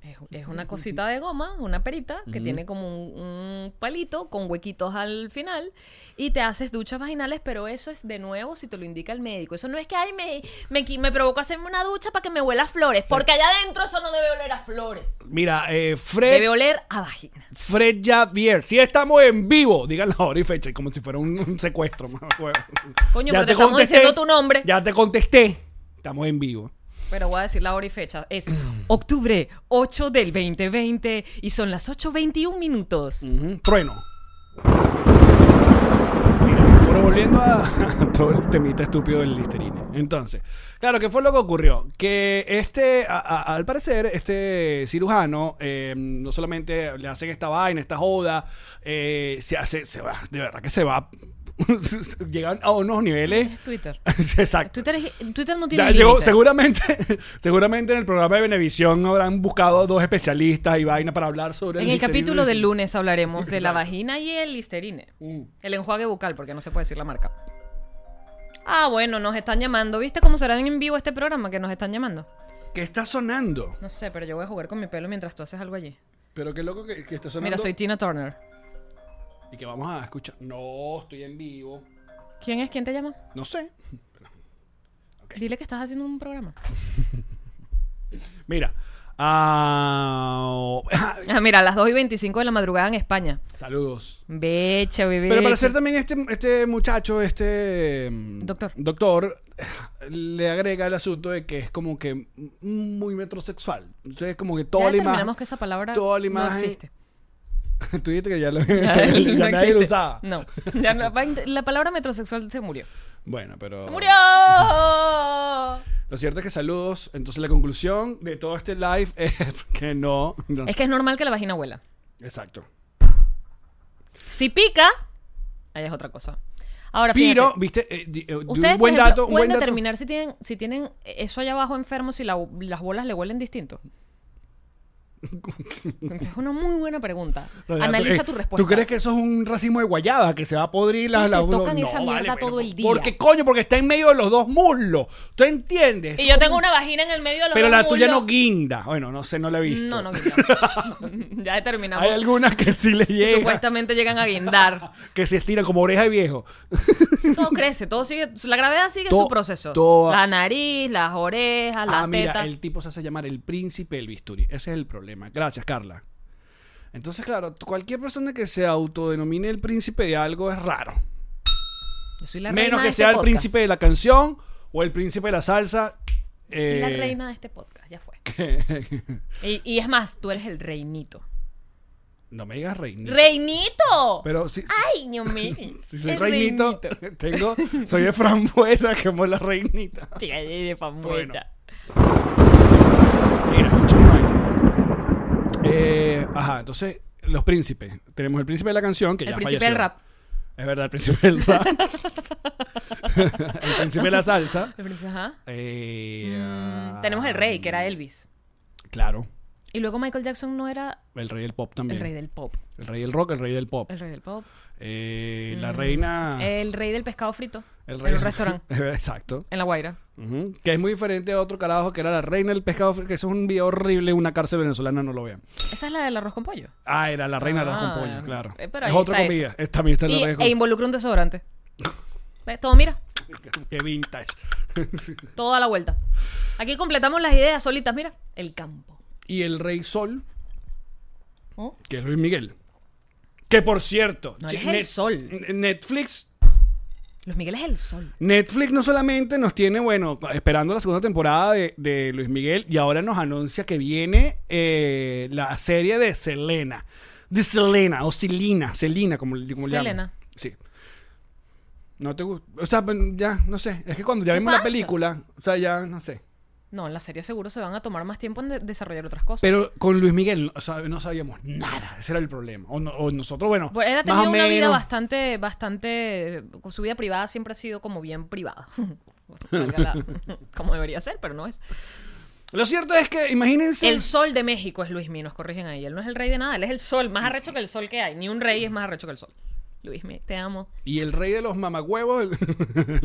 S2: Es, es una cosita de goma, una perita, que tiene como un, un palito con huequitos al final y te haces duchas vaginales, pero eso es de nuevo si te lo indica el médico. Eso no es que, ay, me, me, qui- me provocó hacerme una ducha para que me huela a flores, porque allá adentro eso no debe oler a flores.
S3: Mira, eh, Fred,
S2: Debe oler a vagina.
S3: Fred Javier, si estamos en vivo, digan la hora y fecha, como si fuera un, un secuestro. más huevo.
S2: Coño, pero te estamos diciendo tu nombre.
S3: Ya te contesté. Estamos en vivo.
S2: Pero voy a decir la hora y fecha. Es octubre 8 del 2020 y son las 8.21 minutos.
S3: Ujú, Trueno. Mira, pero volviendo a, a todo el temita estúpido del Listerine. Entonces, claro, ¿qué fue lo que ocurrió? Que este, a- a- al parecer, este cirujano eh, no solamente le hacen esta vaina, esta joda, eh, se hace, se va, de verdad que se va. Llegan a unos niveles.
S2: Es Twitter.
S3: Exacto.
S2: Twitter, es- Twitter no tiene
S3: Ya llegó,
S2: límites.
S3: seguramente, seguramente en el programa de Benevisión habrán buscado dos especialistas y vaina para hablar sobre
S2: En el
S3: Listerine.
S2: capítulo del lunes hablaremos de la
S3: Exacto.
S2: vagina y el listerine.
S3: Mm.
S2: El enjuague bucal, porque no se puede decir la marca. Ah, bueno, nos están llamando. ¿Viste cómo será en vivo este programa que nos están llamando?
S3: ¿Qué está sonando?
S2: No sé, pero yo voy a jugar con mi pelo mientras tú haces algo allí.
S3: Pero qué loco que, que está sonando.
S2: Mira, soy Tina Turner.
S3: Y que vamos a escuchar. No, estoy en vivo.
S2: ¿Quién es? ¿Quién te llama?
S3: No sé.
S2: Dile que estás haciendo un programa.
S3: Mira. ah,
S2: Ah, mira, a las 2 y 25 de la madrugada en España.
S3: Saludos.
S2: Becha, bebé.
S3: Pero para ser también este, este muchacho, este mm,
S2: Doctor.
S3: doctor, le agrega el asunto de que es como que muy metrosexual. Entonces, como que toda
S2: ya
S3: la imagen.
S2: determinamos que esa palabra
S3: toda la
S2: no
S3: imagen-
S2: existe.
S3: Tú dijiste que ya, lo,
S2: Ya,
S3: ya
S2: no
S3: nadie lo
S2: existe. Mm.
S3: usaba.
S2: No, ya no- va- la palabra metrosexual se murió.
S3: Bueno, pero.
S2: ¡Se murió!
S3: Lo cierto es que saludos. Entonces, la conclusión de todo este live es que no. no.
S2: Es que es normal que la vagina huela.
S3: Exacto.
S2: Si pica, ahí es otra cosa. Ahora,
S3: Pero,
S2: fíjate,
S3: viste, eh, di- eh, di-
S2: ustedes
S3: un buen
S2: por ejemplo,
S3: dato, un
S2: pueden
S3: buen dato.
S2: determinar si tienen, si tienen eso allá abajo enfermo, si la- las bolas le huelen distinto. es una muy buena pregunta.
S3: Renato,
S2: Analiza
S3: eh,
S2: tu respuesta.
S3: ¿Tú crees que eso es un racimo de guayaba que se va a podrir la,
S2: Que se
S3: la-
S2: tocan esa mierda
S3: pero
S2: todo el día.
S3: ¿Por qué coño? Porque está en medio de los dos muslos. ¿Tú entiendes?
S2: Y yo tengo una vagina en el medio de los
S3: Pero
S2: dos
S3: la tuya no
S2: muslos.
S3: guinda. Bueno, no sé, no la he visto.
S2: No, no guinda. ya determinamos.
S3: Hay algunas que sí le
S2: que
S3: llegan.
S2: Supuestamente llegan a guindar.
S3: Que se estiran como oreja de viejo.
S2: Todo crece, todo sigue, la gravedad sigue
S3: To-
S2: su proceso.
S3: toda-
S2: La nariz, las orejas, las
S3: ah, mira,
S2: tetas.
S3: el tipo se hace llamar el príncipe del bisturí. Ese es el problema. Gracias, Carla. Entonces, claro, cualquier persona que se autodenomine el príncipe de algo es raro.
S2: Yo soy la reina
S3: Menos
S2: de
S3: que
S2: este
S3: sea el
S2: podcast.
S3: príncipe de la canción o el príncipe de la salsa.
S2: Soy la
S3: eh,
S2: reina de este podcast, ya fue. y, y es más, tú eres el reinito.
S3: No me digas reinito.
S2: ¡Reinito!
S3: Pero si,
S2: ¡Ay, Dios mío!
S3: si soy
S2: Ah, El
S3: reinito, tengo, soy de frambuesa como la reinita.
S2: Chica, de de fambueta.
S3: Mira, escúchame. vaina. Eh, ajá, entonces, los príncipes. Tenemos el príncipe de la canción, que
S2: El
S3: ya
S2: príncipe
S3: falleció.
S2: del rap.
S3: Es verdad, el príncipe del rap. el príncipe de la salsa.
S2: El príncipe, ajá.
S3: Eh, ah,
S2: Mm, Tenemos el rey, que era Elvis.
S3: Claro,
S2: Y luego Michael Jackson no era
S3: el rey del pop también.
S2: el rey del pop.
S3: El rey del rock, el rey del pop.
S2: El rey del pop.
S3: Eh, la reina.
S2: El rey del pescado frito.
S3: el
S2: En un restaurante.
S3: Exacto.
S2: En La Guaira.
S3: Ujú. Que es muy diferente a otro carajo que era la reina del pescado, frito, que eso es un video horrible, una cárcel venezolana, no lo vean.
S2: Esa es la del arroz con pollo.
S3: Ah, era la reina de las
S2: Ah,
S3: compollas, claro.
S2: eh, pero
S3: es
S2: ahí
S3: otra
S2: está
S3: comida. Es- también está en la
S2: Y-
S3: reina
S2: e
S3: de
S2: involucra un desodorante. ¿Ves? Todo, mira.
S3: comp- Qué vintage.
S2: Toda la vuelta. Aquí completamos las ideas solitas, mira. El campo.
S3: y el rey sol,
S2: ¿Oh?
S3: que es Luis Miguel. Que por cierto,
S2: No
S3: chi-
S2: eres el sol.
S3: N- Netflix.
S2: Los Miguel es el sol.
S3: Netflix no solamente nos tiene, bueno, esperando la segunda temporada de, de Luis Miguel y ahora nos anuncia que viene eh, la serie de Selena. de Selena o Selena, Selena, como, como le
S2: Selena.
S3: llaman. Sí. No te gusta. O sea, pen- ya, no sé. Es que cuando ya
S2: ¿Qué
S3: vimos la
S2: pasa?
S3: película, o sea, ya, no sé.
S2: No, en la serie seguro se van a tomar más tiempo en de- desarrollar otras cosas.
S3: Pero con Luis Miguel o sea, no sabíamos nada. Ese era el problema. O, no- o nosotros, bueno.
S2: Bueno, él ha
S3: más
S2: tenido
S3: o
S2: una vida
S3: menos-
S2: bastante, bastante. Su vida privada siempre ha sido como bien privada. Valga la- como debería ser, pero no es.
S3: Lo cierto es que, imagínense.
S2: El sol de México es Luismi, nos corrigen ahí. Él no es el rey de nada, él es el sol, más arrecho que el sol que hay. Ni un rey es más arrecho que el sol. Luismi, te amo.
S3: Y el rey de los mamagüevos.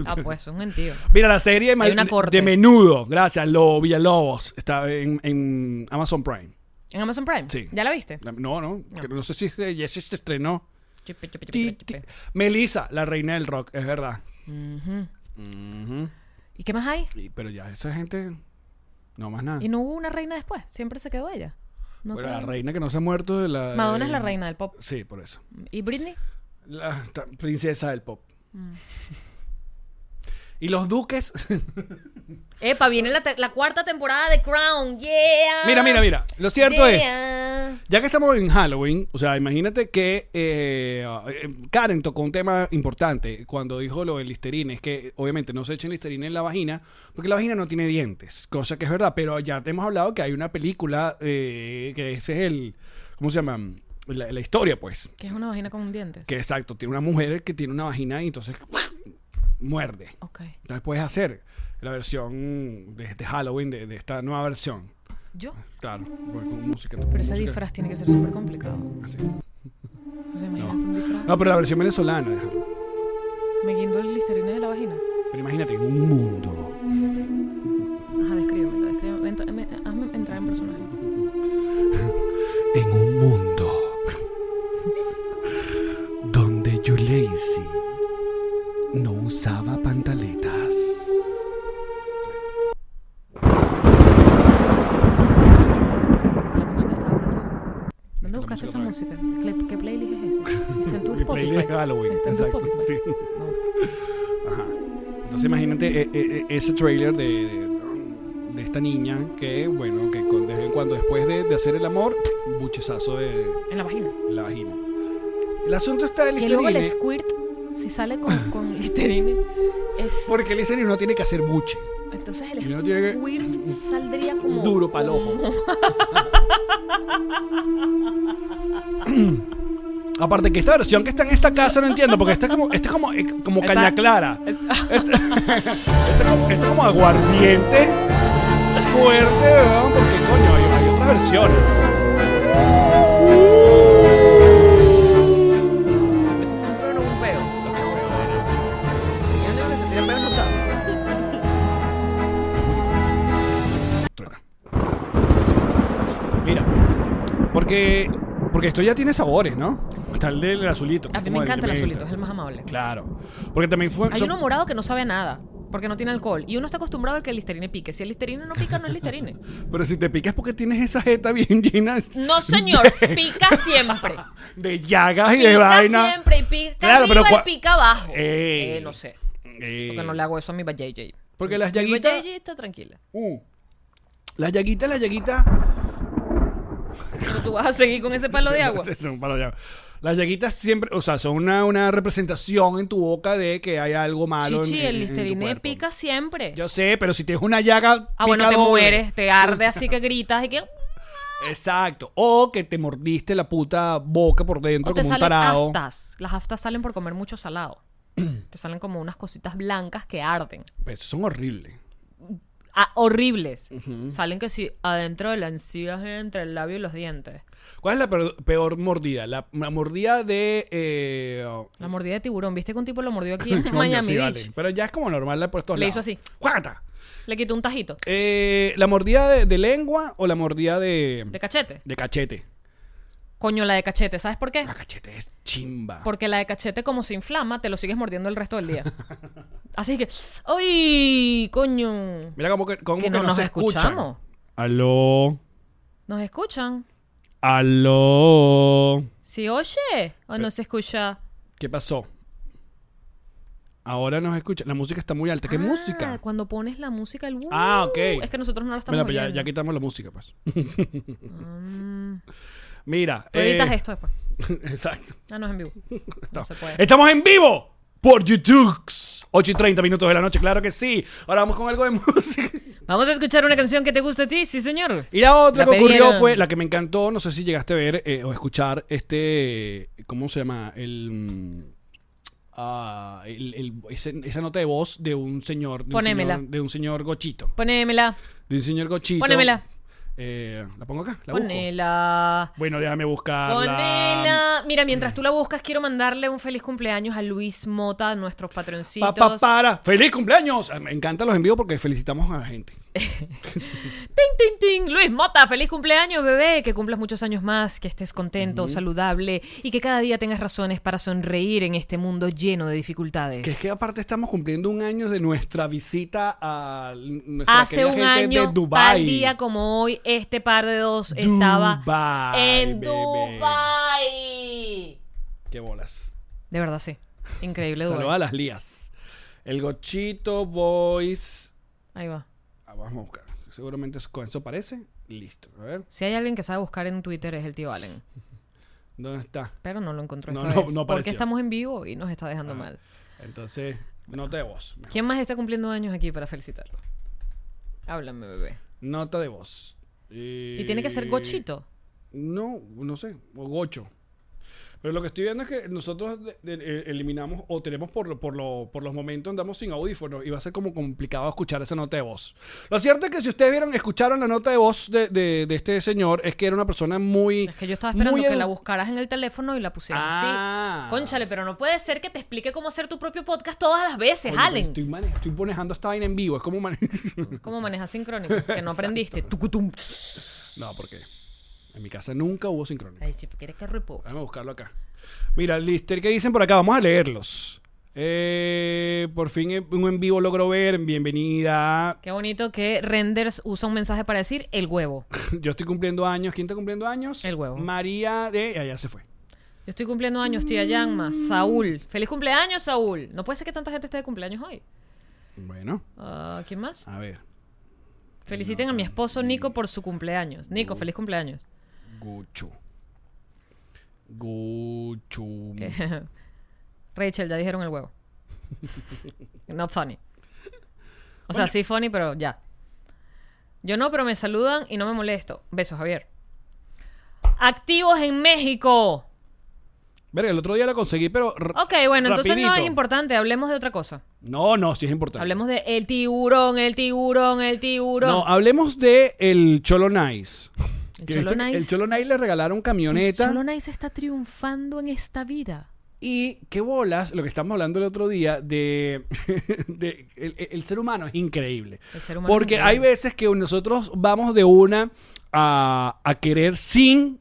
S2: Ah, pues, un gentío.
S3: Mira, la serie
S2: Hay una
S3: de-
S2: corte.
S3: de menudo. Gracias, Lo Villalobos. Está en, en Amazon Prime.
S2: ¿En Amazon Prime?
S3: Sí.
S2: ¿Ya la viste?
S3: No, no. que No, sé si se- ya se se estrenó.
S2: Chupi, chupi,
S3: Ti,
S2: chupi,
S3: ti.
S2: chupi.
S3: Melissa, la reina del rock, es verdad.
S2: ¿Y qué más hay?
S3: Y- pero ya, esa gente. No más nada.
S2: ¿Y no hubo una reina después? Siempre se quedó ella. No
S3: Bueno,
S2: creo.
S3: la reina que no se ha muerto de la.
S2: Madonna es la
S3: eh,
S2: reina del pop.
S3: Sí, por eso.
S2: ¿Y Britney?
S3: La ta- princesa del pop.
S2: Mm.
S3: Y los duques.
S2: Epa, viene la, te- la cuarta temporada de Crown. Yeah.
S3: mira, mira, mira. Lo cierto es.
S2: Yeah.
S3: Ya que estamos en Halloween, o sea, imagínate que eh, eh, Karen tocó un tema importante cuando dijo lo del listerine. Es que obviamente no se echen listerine en la vagina, porque la vagina no tiene dientes, cosa que es verdad, pero ya te hemos hablado que hay una película eh, que ese es el. ¿Cómo se llama? La, la historia, pues.
S2: ¿Qué es una vagina con un diente?
S3: Que exacto, tiene una mujer que tiene una vagina y entonces muerde.
S2: Ok.
S3: Entonces puedes hacer la versión de, de Halloween, de, de esta nueva versión.
S2: ¿Yo?
S3: Claro, pues, con música.
S2: Pero ese
S3: música
S2: disfraz tiene que ser súper complicado.
S3: así.
S2: O sea, imagínate un disfraz.
S3: No, pero la versión venezolana. déjalo.
S2: Me guindo el listerine de la vagina.
S3: Pero imagínate, en un mundo.
S2: Ajá, descríbeme, descríbeme. Entra- me- hazme entrar en personaje.
S3: En un mundo. Donde Yuleisi no usaba pantaletas.
S2: La música estaba brutal. ¿Dónde
S3: la
S2: buscaste esa
S3: música
S2: música? ¿Qué, qué playlist es esa? Está en tu
S3: Mi
S2: Spotify.
S3: playlist de Halloween,
S2: Está en tu
S3: exacto,
S2: Spotify.
S3: sí.
S2: Me gusta.
S3: Ajá. Entonces imagínate eh, eh, eh, ese trailer de, de- de esta niña que, bueno, que con- de vez en cuando después de, de hacer el amor, buchezazo de
S2: En la vagina.
S3: la vagina. El asunto está del
S2: Y luego el
S3: Listerine.
S2: squirt, si sale con, con listerine, es...
S3: Porque el Listerine no tiene que hacer buche.
S2: Entonces el
S3: Y uno tiene que-
S2: squirt saldría como...
S3: Duro pa'l ojo. Aparte que esta versión que está en esta casa no entiendo, porque esta es como, esta es como, eh, como
S2: Esa-
S3: caña clara.
S2: es- ah,
S3: Esta, esta es como, esta es como aguardiente fuerte, ¿verdad? Porque coño, hay, hay otras versiones.
S2: Eso fue un trueno, un peo. Y el único que se tira peo no está.
S3: Truena. Mira, porque, porque esto ya tiene sabores, ¿no? Está el del azulito. que
S2: A
S3: es
S2: mí me
S3: como de
S2: encanta el
S3: menta.
S2: azulito, es el más amable.
S3: Claro. Porque también fue.
S2: Hay
S3: son-
S2: uno morado que no sabe a nada, porque no tiene alcohol. Y uno está acostumbrado al que el listerine pique. Si el listerine no pica, no es listerine.
S3: Pero si te picas porque tienes esa jeta bien llena
S2: No, señor, pica siempre.
S3: de llagas y de
S2: Pica
S3: vaina.
S2: siempre y pica
S3: Claro, pero
S2: arriba
S3: cua-
S2: y pica abajo.
S3: Ey.
S2: Eh, no sé,
S3: Eh,
S2: porque no le hago eso a mi vajayjay.
S3: Porque las
S2: Mi
S3: llaguitas-
S2: vajayjay está tranquila.
S3: uh, las llaguitas, las llaguitas.
S2: Pero tú vas a seguir con ese palo de agua.
S3: Son palo de agua. Las llaguitas siempre, o sea, son una, una representación en tu boca de que hay algo malo. en-
S2: Chichi,
S3: en,
S2: el
S3: en tu
S2: listerine
S3: cuerpo.
S2: pica siempre.
S3: Yo sé, pero si tienes una llaga.
S2: Ah, bueno, te
S3: pica doble.
S2: mueres, te arde así que gritas y que...
S3: Exacto. O que te mordiste la puta boca por dentro
S2: O te
S3: como un
S2: salen
S3: tarado.
S2: aftas. Las aftas salen por comer mucho salado. te salen como unas cositas blancas que arden.
S3: Esos son horribles.
S2: Ah, horribles. Salen que sí, adentro de la encía, entre el labio y los dientes.
S3: ¿Cuál es la peor, peor mordida? La, la mordida de. eh, oh,
S2: La mordida de tiburón. ¿Viste que un tipo lo mordió aquí en
S3: coño,
S2: Miami
S3: sí,
S2: Beach?
S3: vale. Pero ya es como normal la por estos
S2: Le
S3: lados.
S2: hizo así.
S3: ¡Guácata!
S2: Le quitó un tajito
S3: Eh, ¿La mordida de, de lengua o la mordida de,
S2: de cachete.
S3: de cachete?
S2: Coño, la de cachete. ¿Sabes por qué?
S3: La cachete es chimba.
S2: Porque la de cachete, como se inflama, te lo sigues mordiendo el resto del día. Así que, ¡ay, coño!
S3: Mira cómo que, cómo
S2: Que
S3: que
S2: no
S3: nos,
S2: nos
S3: escuchan.
S2: escuchamos.
S3: Aló,
S2: ¿Nos escuchan?
S3: aló.
S2: ¿Sí oye o no se escucha?
S3: ¿Qué pasó? Ahora nos escuchan. La música está muy alta. ¿Qué
S2: Ah,
S3: música?
S2: Cuando pones la música, el uh,
S3: Ah, ok.
S2: Es que nosotros no la estamos
S3: Mira, pues ya,
S2: oyendo. Mm.
S3: ya quitamos la música, pues. Mira.
S2: Tú editas
S3: eh,
S2: esto después.
S3: Exacto.
S2: Ah, no es en vivo. No se puede.
S3: Estamos en vivo por YouTube. 8 y 30 minutos de la noche, claro que sí. Ahora vamos con algo de música.
S2: Vamos a escuchar una canción que te gusta a ti, sí, señor.
S3: Y la otra
S2: La
S3: que ocurrió
S2: pedieron.
S3: fue la que me encantó. No sé si llegaste a ver eh, o escuchar este. ¿Cómo se llama? El. mm, ah, el- el- ese- esa nota de voz de un señor. De
S2: Ponémela.
S3: Un señor, de un señor gochito.
S2: Ponémela.
S3: De un señor gochito.
S2: Ponémela.
S3: Eh, ¿La pongo acá? ¿La busco?
S2: Ponela.
S3: Bueno, déjame buscarla.
S2: Ponela. Mira, mientras tú la buscas, quiero mandarle un feliz cumpleaños a Luis Mota, a nuestros
S3: Pa, pa,
S2: patroncitos.
S3: para. ¡Feliz cumpleaños! Ah, Me encantan los envíos porque felicitamos a la gente.
S2: ¡Ting, ting, ting! Luis Mota, feliz cumpleaños, bebé. Que cumplas muchos años más, que estés contento, saludable y que cada día tengas razones para sonreír en este mundo lleno de dificultades.
S3: Que es que aparte estamos cumpliendo un año de nuestra visita a nuestra
S2: Hace
S3: querida
S2: un
S3: Pues gente de
S2: año,
S3: Dubái.
S2: tal día como hoy, este par de dos estaba
S3: Dubái,
S2: en
S3: bebé.
S2: Dubai.
S3: Qué bolas.
S2: De verdad, sí. Increíble Dubái.
S3: Saluda a las lías. El Gochito Boys.
S2: Ahí va.
S3: Ah, vamos a buscar. Seguramente eso- con eso parece. Listo. A ver.
S2: Si hay alguien que sabe buscar en Twitter es el tío Allen.
S3: ¿Dónde está?
S2: Pero no lo encontró
S3: No,
S2: esta
S3: no,
S2: vez.
S3: no
S2: porque
S3: apareció. Ah.
S2: estamos en vivo y nos está dejando mal.
S3: Entonces, nota de voz.
S2: ¿Quién más está cumpliendo años aquí para felicitarlo? Háblame, bebé.
S3: Nota de voz.
S2: Y tiene que ser gochito.
S3: No, no sé. O gocho. Pero lo que estoy viendo es que nosotros de- de- eh, eliminamos o tenemos por, lo- por, lo- por los momentos andamos sin audífonos y va a ser como complicado escuchar esa nota de voz. Lo cierto es que si ustedes vieron, escucharon la nota de voz de, de- de este señor, es que era una persona muy...
S2: Es que yo estaba esperando
S3: muy
S2: que la
S3: edu-
S2: buscaras en el teléfono y la pusieras
S3: Ah.
S2: así. Conchale, pero no puede ser que te explique cómo hacer tu propio podcast todas las veces,
S3: Coño, pues pero
S2: Allen.
S3: Estoy, mane- estoy manejando esta vaina en vivo. Es como mane-
S2: ¿Cómo manejas sincrónico? Que no aprendiste. Tucutum.
S3: No, porque en mi casa nunca hubo sincrónico.
S2: Ay, sí, porque eres carro de pobre.
S3: Déjame buscarlo acá. Mira, Lister, ¿qué dicen por acá? Vamos a leerlos. Eh, por fin eh, un en vivo logro ver. Bienvenida.
S2: Qué bonito que Renders usa un mensaje para decir el huevo.
S3: Yo estoy cumpliendo años. ¿Quién está cumpliendo años?
S2: El huevo.
S3: María de. Allá se fue.
S2: Yo estoy cumpliendo años, tía Yanma. Saúl. Feliz cumpleaños, Saúl. No puede ser que tanta gente esté de cumpleaños hoy.
S3: Bueno,
S2: Ah, ¿Quién más?
S3: a ver.
S2: Feliciten a mi esposo Nico por su cumpleaños. Nico, feliz cumpleaños.
S3: Gucho. Gucho.
S2: Rachel, ya dijeron el huevo. Not funny. O sea, sí funny, pero ya. Yo no, pero me saludan y no me molesto. Besos, Javier. Activos en México.
S3: Verga, el otro día la conseguí, pero. r-
S2: Ok, bueno, entonces no
S3: rapidito.
S2: es importante. Hablemos de otra cosa.
S3: No, no, sí es importante.
S2: Hablemos de el tiburón, el tiburón, el tiburón.
S3: No, hablemos de el Cholo Nice.
S2: ¿El
S3: Que
S2: Cholo
S3: viste que
S2: Nice?
S3: El Cholo Nice le regalaron camioneta.
S2: Solo Nice está triunfando en esta vida.
S3: Y qué bolas, lo que estamos hablando el otro día, de, de- el, el ser humano es increíble.
S2: El ser humano
S3: Porque
S2: es
S3: hay
S2: increíble.
S3: veces que nosotros vamos de una a, a querer sin,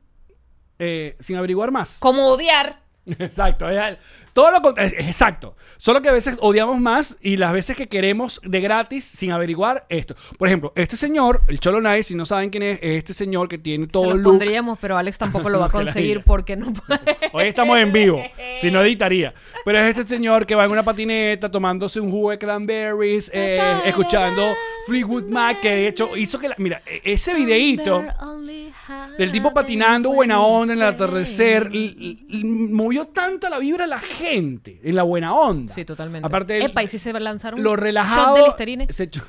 S3: eh, sin averiguar más.
S2: Como odiar.
S3: Exacto. es- todo lo cont- es- es Exacto. Solo que a veces odiamos más y las veces que queremos de gratis sin averiguar esto. Por ejemplo, este señor, el Cholo Nice, si no saben quién es, es este señor que tiene
S2: Se
S3: todo
S2: los
S3: el look.
S2: pondríamos, pero Alex tampoco lo va a
S3: Que la
S2: conseguir
S3: diga.
S2: porque no puede.
S3: Hoy estamos en vivo, si no editaría. Pero es este señor que va en una patineta tomándose un jugo de cranberries, eh, escuchando Fleetwood Mac, que de hecho hizo que la... Mira, e- ese videíto del tipo patinando buena onda en el atardecer l- l- l- movió tanto la vibra a la gente en la buena onda.
S2: Sí, totalmente.
S3: Aparte, él-
S2: Epa, y si se lanzaron un
S3: lo
S2: shot
S3: relajado...
S2: de Listerine.
S3: se echó-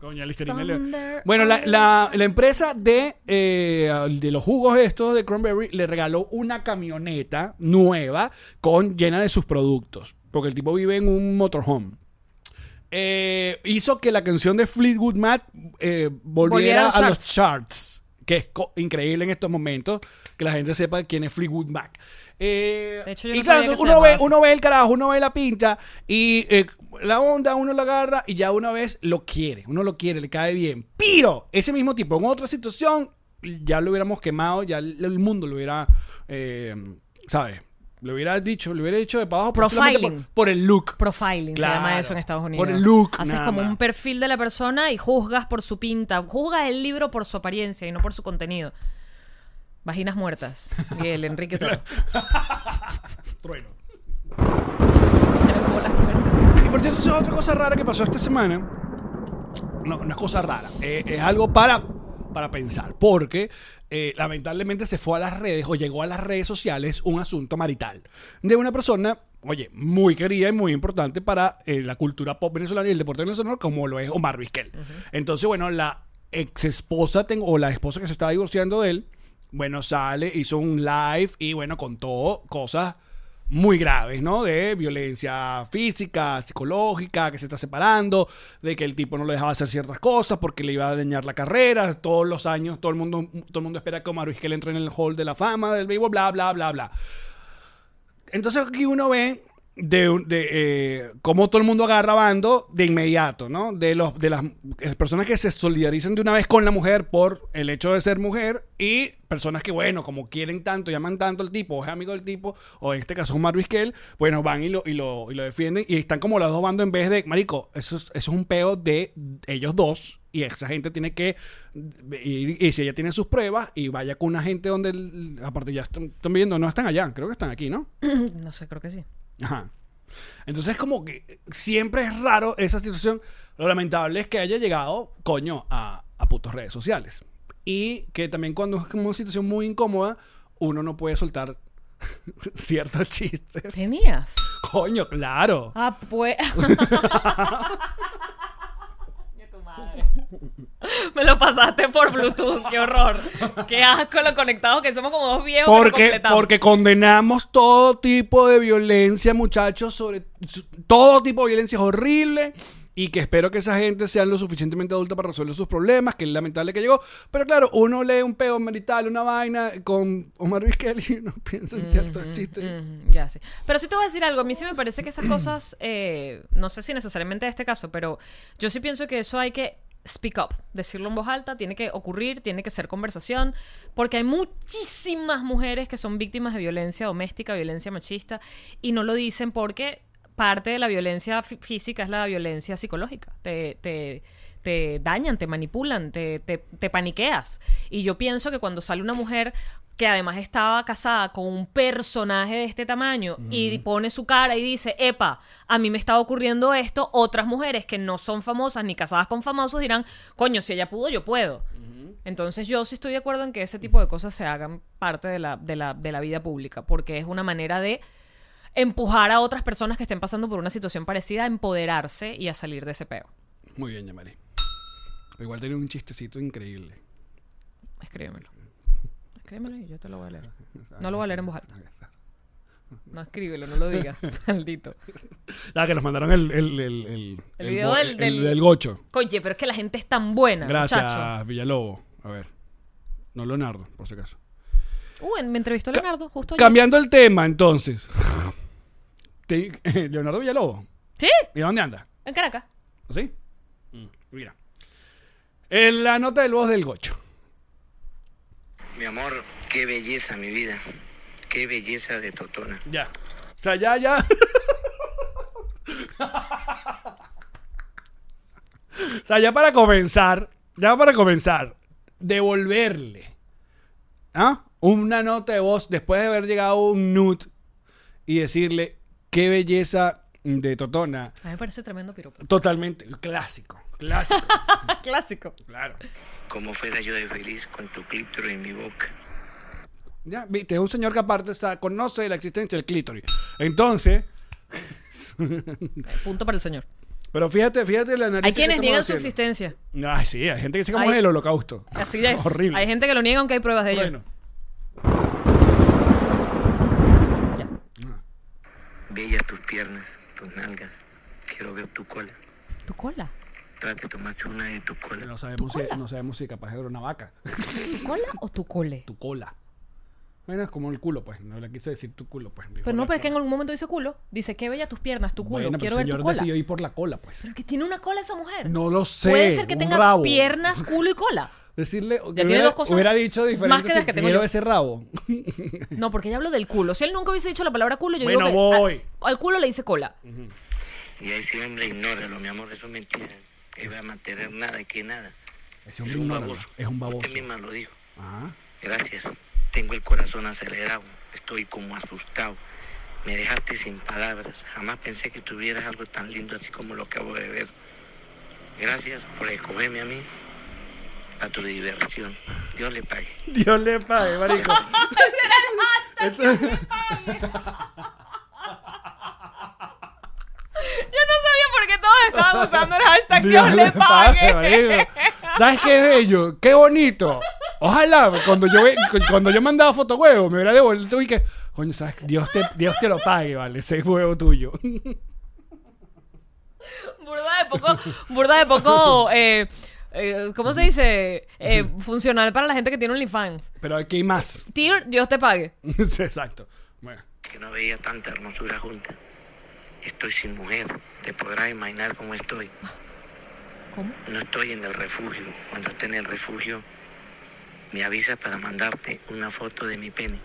S3: Coño, Listerine le-
S2: Thunder
S3: Bueno, la,
S2: on
S3: la- la empresa de, eh, de los jugos estos de Cranberry le regaló una camioneta nueva con llena de sus productos. Porque el tipo vive en un motorhome. Eh, hizo que la canción de Fleetwood Mac eh,
S2: Volviera a
S3: volviera
S2: los
S3: a los
S2: charts.
S3: charts. Que es co- increíble en estos momentos que la gente sepa quién es Fleetwood Mac. Eh,
S2: De hecho, yo
S3: y
S2: no
S3: claro,
S2: sabía que se
S3: uno ve,
S2: llamaba así.
S3: uno ve el carajo, uno ve la pinta y eh, la onda, uno la agarra y ya una vez lo quiere, uno lo quiere, le cae bien. Pero ese mismo tipo, en otra situación, ya lo hubiéramos quemado, ya el, el mundo lo hubiera, eh, ¿sabes? Lo hubiera dicho, lo hubiera dicho de para abajo pero solamente por,
S2: Profiling.
S3: por el look.
S2: Profiling
S3: Claro.
S2: se llama eso en Estados Unidos.
S3: Por el look,
S2: Haces
S3: nada
S2: como
S3: más.
S2: un perfil de la persona y juzgas por su pinta. Juzgas el libro por su apariencia y no por su contenido. Vaginas muertas. Y el Enrique Toro.
S3: Trueno.
S2: Bolas muertas.
S3: Y por cierto, eso es otra cosa rara que pasó esta semana. No, no es cosa rara. eh, es algo para para pensar, porque eh, lamentablemente se fue a las redes o llegó a las redes sociales un asunto marital de una persona, oye, muy querida y muy importante para eh, la cultura pop venezolana y el deporte venezolano, como lo es Omar Vizquel. Entonces, bueno, la ex esposa o la esposa que se estaba divorciando de él, bueno, sale, hizo un live y bueno, contó cosas muy graves, ¿no? De violencia física, psicológica, que se está separando, de que el tipo no lo dejaba hacer ciertas cosas porque le iba a dañar la carrera, todos los años, todo el mundo, todo el mundo espera que Omar Vizquel entre en el hall de la fama del béisbol, bla, bla, bla, bla. Entonces aquí uno ve de, un- de, eh, cómo todo el mundo agarra bando de inmediato, ¿no? De, los, de las eh, personas que se solidarizan de una vez con la mujer por el hecho de ser mujer y personas que, bueno, como quieren tanto, llaman tanto al tipo, o es amigo del tipo, o en este caso Omar Vizquel, bueno, van y lo, y lo, y lo defienden y están como las dos bandos en vez de, marico, eso es, eso es un peo de ellos dos y esa gente tiene que ir y si ella tiene sus pruebas y vaya con una gente donde, el- aparte ya están, están viendo, no están allá, creo que están aquí, ¿no?
S2: No sé, creo que sí.
S3: Ajá. Entonces, como que siempre es raro esa situación. Lo lamentable es que haya llegado, coño, a, a putos redes sociales. Y que también cuando es como una situación muy incómoda, uno no puede soltar ciertos chistes.
S2: ¿Tenías?
S3: Coño, claro.
S2: Ah, pues. Coño, tu madre. Me lo pasaste por Bluetooth, qué horror. Qué asco lo conectados que somos como dos viejos. que lo
S3: Porque,
S2: completamos.
S3: porque condenamos todo tipo de violencia, muchachos, sobre su- todo tipo de violencia es horrible y que espero que esa gente sean lo suficientemente adulta para resolver sus problemas, que es lamentable que llegó. Pero claro, uno lee un peo marital, una vaina con Omar Vizquel y uno piensa en ciertos chistes.
S2: Mm, ya sé. Pero sí te voy a decir algo. A mí sí me parece que esas cosas, eh, no sé si necesariamente este caso, pero yo sí pienso que eso hay que speak up, decirlo en voz alta, tiene que ocurrir, tiene que ser conversación, porque hay muchísimas mujeres que son víctimas de violencia doméstica, violencia machista, y no lo dicen porque parte de la violencia fí- física es la violencia psicológica. Te, te, te dañan, te manipulan, te, te, te paniqueas. Y yo pienso que cuando sale una mujer que además estaba casada con un personaje de este tamaño y pone su cara y dice, epa, a mí me está ocurriendo esto, otras mujeres que no son famosas ni casadas con famosos dirán, coño, si ella pudo, yo puedo. Entonces yo sí estoy de acuerdo en que ese tipo de cosas se hagan parte de la, de la, de la vida pública, porque es una manera de empujar a otras personas que estén pasando por una situación parecida a empoderarse y a salir de ese peo.
S3: Muy bien, Yamari. Igual tiene un chistecito increíble.
S2: Escríbemelo. Escríbemelo y yo te lo voy a leer. No lo voy a leer en voz alta. No escríbelo, no lo digas. Maldito.
S3: La que nos mandaron el, el, el, el,
S2: El
S3: el
S2: video
S3: go-
S2: del-
S3: el-
S2: del-
S3: del gocho.
S2: Oye, pero es que la gente es tan buena,
S3: Gracias,
S2: muchacho.
S3: Villalobo. A ver. No Leonardo, por si acaso.
S2: Uh, en- me entrevistó Leonardo justo ayer.
S3: Cambiando el tema, entonces. Te- Leonardo Villalobos,
S2: Sí,
S3: ¿y dónde anda?
S2: en Caracas.
S3: ¿Sí? Mm, Mira. En la nota del voz del gocho.
S4: Mi amor, qué belleza, mi vida. Qué belleza de Totona.
S3: Ya. O sea, ya, ya. o sea, ya para comenzar, ya para comenzar, devolverle ¿ah? una nota de voz después de haber llegado un nut y decirle qué belleza de Totona.
S2: A mí me parece tremendo piropo.
S3: Totalmente clásico, clásico,
S2: Ah, clásico.
S3: claro.
S4: Como fuera yo de feliz con tu clítoris en mi boca.
S3: Ya, viste, es un señor que aparte está, conoce la existencia del clítoris. Entonces,
S2: Eh, Punto para el señor.
S3: pero fíjate, fíjate la nariz.
S2: Hay
S3: que
S2: quienes
S3: estamos
S2: niegan su
S3: haciendo.
S2: existencia.
S3: Ay, sí, hay gente que dice como
S2: Hay-
S3: es el holocausto.
S2: Así es.
S3: Horrible.
S2: Hay gente que lo niega aunque hay pruebas de ello.
S3: Bueno.
S2: Ya.
S4: Bellas tus piernas, tus nalgas. Quiero ver tu cola.
S2: Tu cola.
S4: Trate de tomarse una de tu cola.
S3: No sabemos, si,
S2: cola?
S3: no sabemos si capaz era una vaca.
S2: ¿Tu cola o tu cole?
S3: Tu cola. Bueno, es como el culo, pues. No le quise decir tu culo, pues.
S2: Pero no, pero es que en algún momento dice culo. Dice, qué bella tus piernas, tu culo.
S3: Bueno, pero
S2: Quiero
S3: el
S2: ver tu
S3: señor
S2: cola.
S3: decidió ir por la cola, pues.
S2: Pero que tiene una cola esa mujer.
S3: No lo sé.
S2: Puede ser que
S3: un
S2: tenga
S3: rabo.
S2: piernas, culo y cola.
S3: Decirle. Ya
S2: tiene dos cosas
S3: Hubiera dicho
S2: más
S3: diferente.
S2: que las
S3: si
S2: que tengo
S3: quiero
S2: yo.
S3: ese rabo.
S2: No, porque ella habló del culo. Si él nunca hubiese dicho la palabra culo, yo
S3: Bueno,
S2: digo que
S3: voy. Mm.
S2: a- al culo le dice cola.
S4: Y a ese hombre ignóralo, mi amor. Eso es mentira. Que va a mantener nada, que nada.
S3: Ese hombre ignóralo, Es un baboso. Ah.
S4: Usted misma lo dijo.
S3: Ajá.
S4: Gracias. Tengo el corazón acelerado. Estoy como asustado. Me dejaste sin palabras. Jamás pensé que tuvieras algo tan lindo así como lo acabo de ver. Gracias por escogerme a mí. para tu diversión. Dios le pague.
S3: Dios le pague, marico. Ese era el
S2: Yo no sabía por qué todos estaban usando el hashtag Dios,
S3: Dios
S2: le pague.
S3: marico. ¿Sabes qué bello? ¡Qué bonito! Ojalá, cuando yo, ve- cu- cuando yo mandaba fotohuevo, me hubiera devuelto y que, coño, ¿sabes? qué? Dios te, Dios te lo pague, vale, ese huevo tuyo.
S2: Burda de poco, burda de poco, eh, eh, ¿cómo se dice? Eh, funcional para la gente que tiene OnlyFans.
S3: Pero aquí hay más.
S2: Tier, Dios te pague.
S3: Sí, Exacto. Bueno.
S4: que no veía tanta hermosura junta. Estoy sin mujer, te podrás imaginar cómo estoy.
S2: ¿Cómo?
S4: No estoy en el refugio. Cuando esté en el refugio, me avisa para mandarte una foto de mi pene.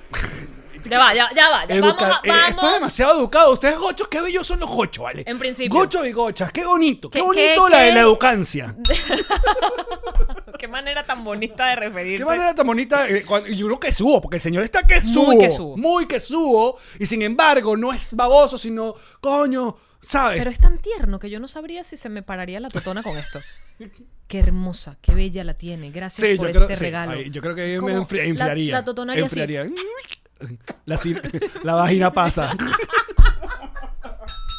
S2: Ya va, ya, ya va. ya. vamos,
S3: Educa-
S2: a-
S3: eh,
S2: vamos.
S3: Esto es demasiado educado. Ustedes gochos, qué bellos son los gochos, ¿vale?
S2: En principio.
S3: Gochos y gochas, qué bonito. Qué,
S2: ¿Qué-
S3: bonito
S2: qué-
S3: la
S2: qué?
S3: de la educancia.
S2: Qué manera tan bonita de
S3: Qué
S2: referirse.
S3: manera tan bonita. eh, cuando- y uno que subo, porque el señor está que subo.
S2: que subo.
S3: Muy que subo. Y sin embargo, no es baboso, sino, coño, ¿sabes?
S2: Pero es tan tierno que yo no sabría si se me pararía la totona con esto. Qué hermosa, qué bella la tiene. Gracias por este
S3: sí,
S2: regalo.
S3: ahí, yo creo que me
S2: Como
S3: enfri-
S2: la-
S3: enfriaría.
S2: La, totona haría así.
S3: enfriaría. La, sir- la vagina pasa.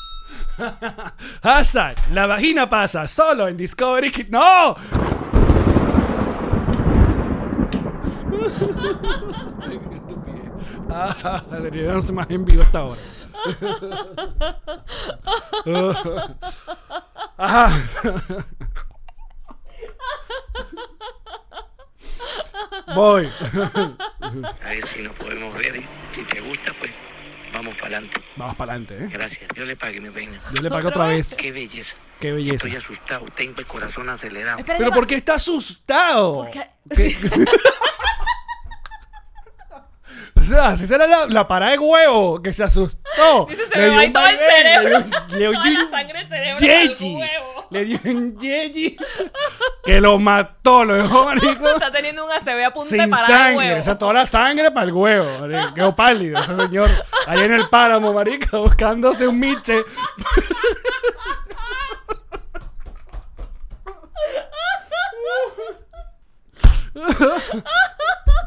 S3: Hashtag, la vagina pasa solo en Discovery Kids. ¡No! Ah, Adriana no se más en vivo hasta ahora. Ajá. Voy.
S4: A ver si nos podemos ver. y Si te gusta, pues vamos para adelante.
S3: Vamos para adelante, ¿eh?
S4: Gracias. Dios le pague mi pene.
S3: Yo le pago otra vez.
S4: Qué belleza.
S3: Qué belleza.
S4: Estoy asustado, tengo el corazón acelerado.
S2: Espera,
S3: Pero
S2: ya va.
S3: ¿por qué está asustado?
S2: Porque-
S3: O sea, esa era la, la parada de huevo que se asustó.
S2: Dice, se me va
S3: un
S2: todo el
S3: vaivén,
S2: cerebro.
S3: Le dio, le
S2: Toda
S3: dio
S2: la
S3: un
S2: sangre del cerebro
S3: yeyi.
S2: al huevo.
S3: Le dio un yeyi que lo mató, lo dejó, marico.
S2: Está teniendo un ACB a punta de
S3: Sin
S2: parada de
S3: sangre,
S2: huevo.
S3: o sea, toda la sangre para el huevo. marico. Quedó pálido ese señor ahí en el páramo, marica, buscándose un miche.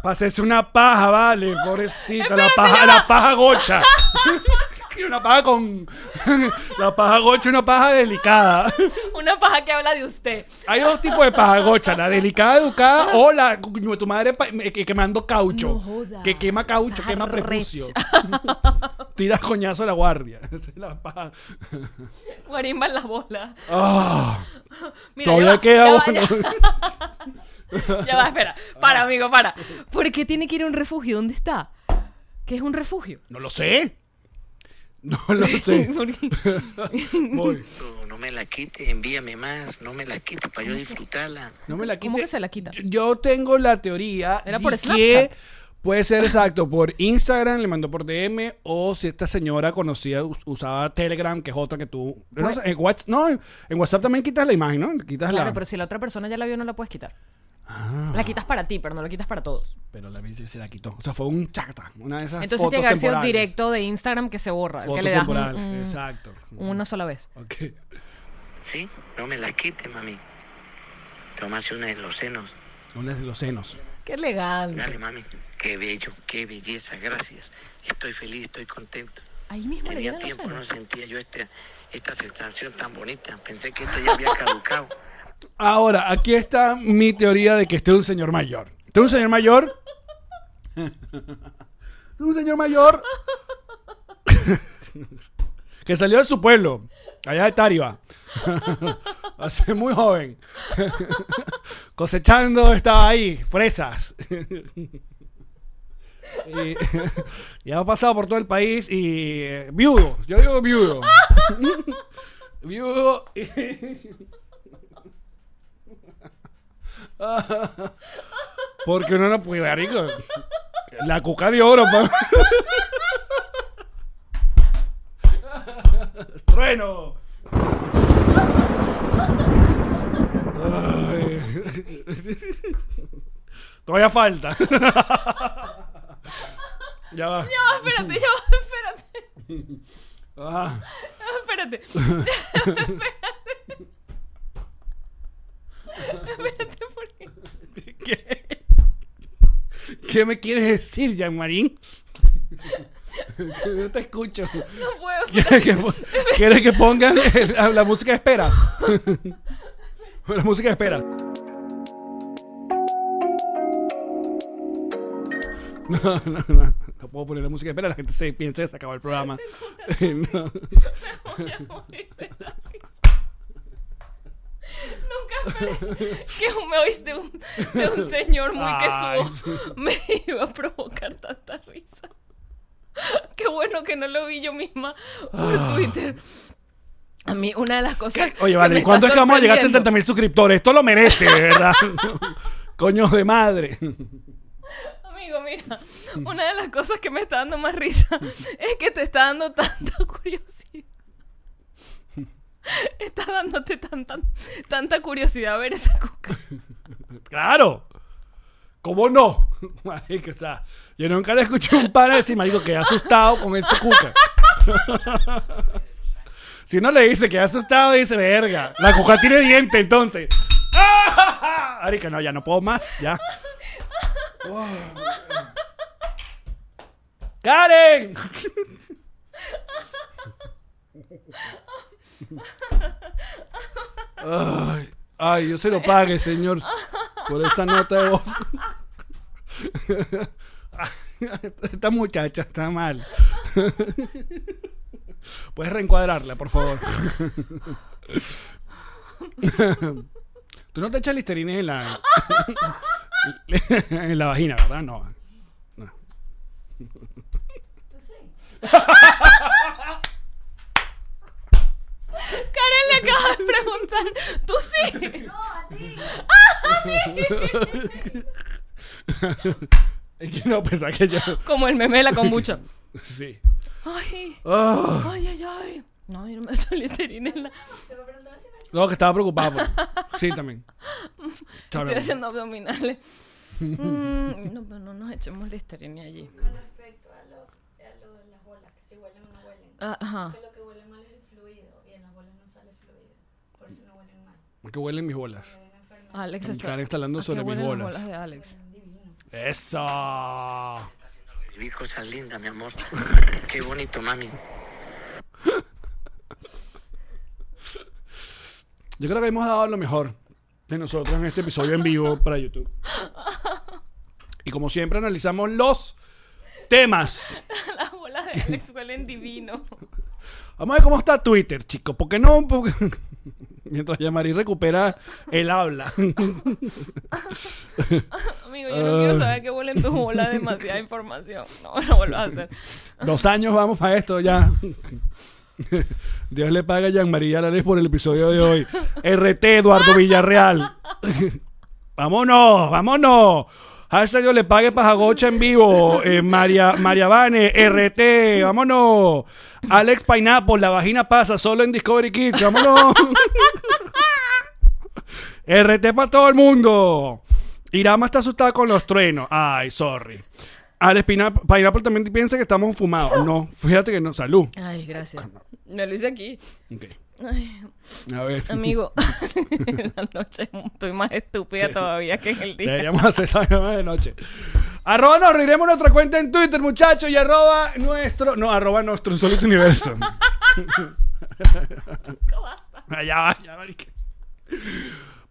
S3: Pasese una paja, vale, pobrecita, la paja, la paja gocha. Y una paja con. La paja gocha y una paja delicada.
S2: Una paja que habla de usted.
S3: Hay dos tipos de paja gocha, la delicada educada o la coño de tu madre pa- me- que- quemando caucho.
S2: No joda.
S3: que quema caucho,
S2: Paja
S3: quema prepucio. Tira coñazo a la guardia. Esa es la paja.
S2: Guarimba en la bola.
S3: Ah,
S2: Mira,
S3: todavía
S2: ya va,
S3: queda
S2: ya va,
S3: bueno.
S2: ya- ya va, espera.
S3: Ah.
S2: Para, amigo, para. ¿Por qué tiene que ir a un refugio? ¿Dónde está? ¿Qué es un refugio?
S3: No lo sé. No lo sé.
S2: ¿Por qué?
S3: Voy.
S4: No, No me la quite, envíame más, no me la quite para yo disfrutarla.
S3: No me la quite.
S2: ¿Cómo que se la quita?
S3: Yo- Yo tengo la teoría
S2: Era
S3: de
S2: por
S3: que
S2: Snapchat.
S3: puede ser exacto por Instagram, le mandó por DM o si esta señora conocía us- usaba Telegram, que es otra que tú. No, sé, en Whats- no, en WhatsApp también quitas la imagen, ¿no? Quitas
S2: Claro,
S3: la.
S2: pero si la otra persona ya la vio, no la puedes quitar.
S3: Ah.
S2: La quitas para ti, pero no la quitas para todos.
S3: Pero la bici se la quitó. O sea, fue un chacata. Una de esas
S2: Entonces
S3: Ah, fotos
S2: tiene que haber sido
S3: temporales.
S2: directo de Instagram que se borra. el
S3: Foto
S2: que le das un-
S3: temporal,
S2: un-
S3: exacto.
S2: una sola vez.
S3: Ok.
S4: Sí, no me la quite, mami. Tomase una de los senos.
S3: Una de los senos.
S2: Qué elegante.
S4: Dale, mami. Qué bello, qué belleza, gracias. Estoy feliz, estoy contento.
S2: Ahí mismo le
S4: Tenía
S2: dieron los
S4: tiempo, no
S2: senos.
S4: sentía yo este, esta sensación tan bonita. Pensé que esto ya había caducado.
S3: Ahora, aquí está mi teoría de que este es un señor mayor. Este es un señor mayor. Este es un señor mayor. que salió de su pueblo, allá de Tariba. Hace muy joven. Cosechando, estaba ahí, fresas. y, y ha pasado por todo el país y eh, viudo, yo digo viudo. viudo y- Porque uno no puede, rico. La cuca de oro, pa. ¡Trueno! Ay. Todavía falta. ya va.
S2: Ya va, Ah, espérate, ya va, espérate.
S3: Ah.
S2: Espérate. Espérate. Espérate, porque.
S3: ¿Qué me quieres decir, Jean Marín? No te escucho.
S2: No puedo.
S3: ¿Quieres que, po- quieres que pongan el- la, la música de espera? La música de espera. No, no, no. No puedo poner la música de espera. La gente se piensa que se acabó el programa. No.
S2: Voy a morir de la risa. Nunca esperé que un me oís de un, de un señor muy que
S3: Ay,
S2: subo me iba a provocar tanta risa. Qué bueno que no lo vi yo misma por Twitter. A mí una de las cosas
S3: Ah. Oye,
S2: que
S3: vale,
S2: me
S3: ¿cuánto es
S2: está
S3: que vamos a llegar a
S2: sorprendiendo-
S3: 70 mil suscriptores? Esto lo merece, de verdad. Coño de madre.
S2: Amigo, mira,
S3: Mm.
S2: una de las cosas que me está dando más risa es que te está dando tanta curiosidad. Está dándote tanta, tanta curiosidad ver esa cuca.
S3: Claro. ¿Cómo no? Marico, o sea, yo nunca le escuché a un pana decir, marico, que asustado con ese cuca. si uno le dice que asustado, dice, verga, la cuca tiene diente, entonces. ¡Ah! Marico, no, ya no puedo más, ya. Oh. ¡Karen! Ay, ay, yo se lo pague, señor, por esta nota de voz. Esta muchacha está mal. Puedes reencuadrarla, por favor. Tú no te echas listerines en la. en la vagina, ¿verdad? No. No.
S2: Karen le acabas de preguntar. Tú sí.
S3: Es que no, pensaba que yo.
S2: Como el meme de la kombucha.
S3: Sí.
S2: Ay,
S3: Ah.
S2: ay, ay, ay. No, yo no me echo listerina en la.
S3: No, que estaba preocupado. por- Sí, también. Está
S2: Estoy
S3: bien.
S2: haciendo abdominales. Mm, no, pero no nos echemos listerina allí.
S5: Con respecto a lo, a lo de las bolas, que si huelen o no huelen.
S2: Ah, Ajá.
S5: Que lo que huele mal es el fluido y en las bolas no sale fluido. Por eso no huelen mal.
S3: Que huelen mis bolas.
S5: Huelen enfermo.
S2: Alex
S3: El
S2: está.
S3: Karen está hablando
S2: ¿A qué
S3: sobre mis
S2: huelen las
S3: bolas?
S2: bolas de Alex.
S3: ¡Eso!
S4: Vivir cosas lindas, mi amor. Qué bonito, mami.
S3: Yo creo que hemos dado lo mejor de nosotros en este episodio en vivo para YouTube. Y como siempre, analizamos los temas.
S2: Las bolas de Alex huelen divino.
S3: Vamos a ver cómo está Twitter, chicos. ¿Por qué no? Porque- Mientras Yamari recupera el habla.
S2: Amigo, yo no quiero saber que huelen tus bolas demasiada información. No, no vuelvas a hacer.
S3: Dos años vamos para esto ya. Dios le paga a Jean María Lares por el episodio de hoy. RT Eduardo Villarreal. vámonos, vámonos. Hashtag yo le pague Pajagocha en vivo. Eh, María, María Vane, RT, vámonos. Alex Pineapple, la vagina pasa solo en Discovery Kids, vámonos. RT para todo el mundo. Irama está asustada con los truenos. Ay, sorry. Alex Pina- Pineapple también piensa que estamos fumados. No, fíjate que no. Salud.
S2: Ay, gracias. Me lo hice aquí.
S3: Ok.
S2: Ay,
S3: A ver.
S2: amigo, en la noche estoy más estúpida todavía que en el día.
S3: Deberíamos hacer esta llamada de noche. Arroba nos reiremos nuestra cuenta en Twitter, muchachos, y arroba nuestro. No, arroba nuestro insólito universo. Allá va, Ah, ya va. Erika.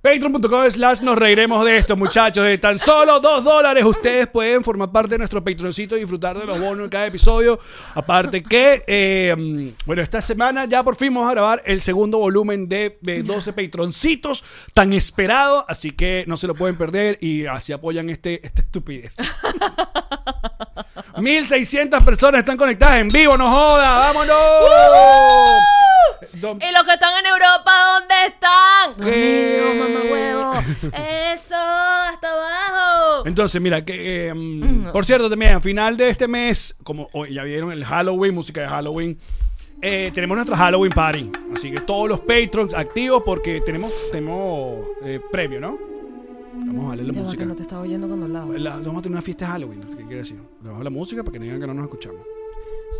S3: Patreon.com slash nos reiremos de esto, muchachos. De tan solo dos dólares ustedes pueden formar parte de nuestro Patreoncito y disfrutar de los bonos en cada episodio. Aparte que, eh, mm, bueno, esta semana ya por fin vamos a grabar el segundo volumen de, de 12 Patroncitos tan esperado. Así que no se lo pueden perder y así apoyan este, esta estupidez. 1600 personas están conectadas en vivo, no joda, vámonos. Don-
S2: Y los que están en Europa, ¿dónde están?
S3: ¿Qué?
S2: Amigo, mamá huevo. Eso, hasta abajo.
S3: Entonces, mira, que eh, mm, por cierto, también a final de este mes, como hoy ya vieron el Halloween, música de Halloween, eh, tenemos nuestra Halloween Party. Así que todos los patrons activos porque tenemos, tenemos eh, premio, ¿no? Vamos a darle la
S2: Ya va,
S3: música.
S2: que no te estaba oyendo cuando hablaba.
S3: La- vamos a tener una fiesta de Halloween, ¿qué quiere decir? Le bajo la música para que no digan que no nos escuchamos.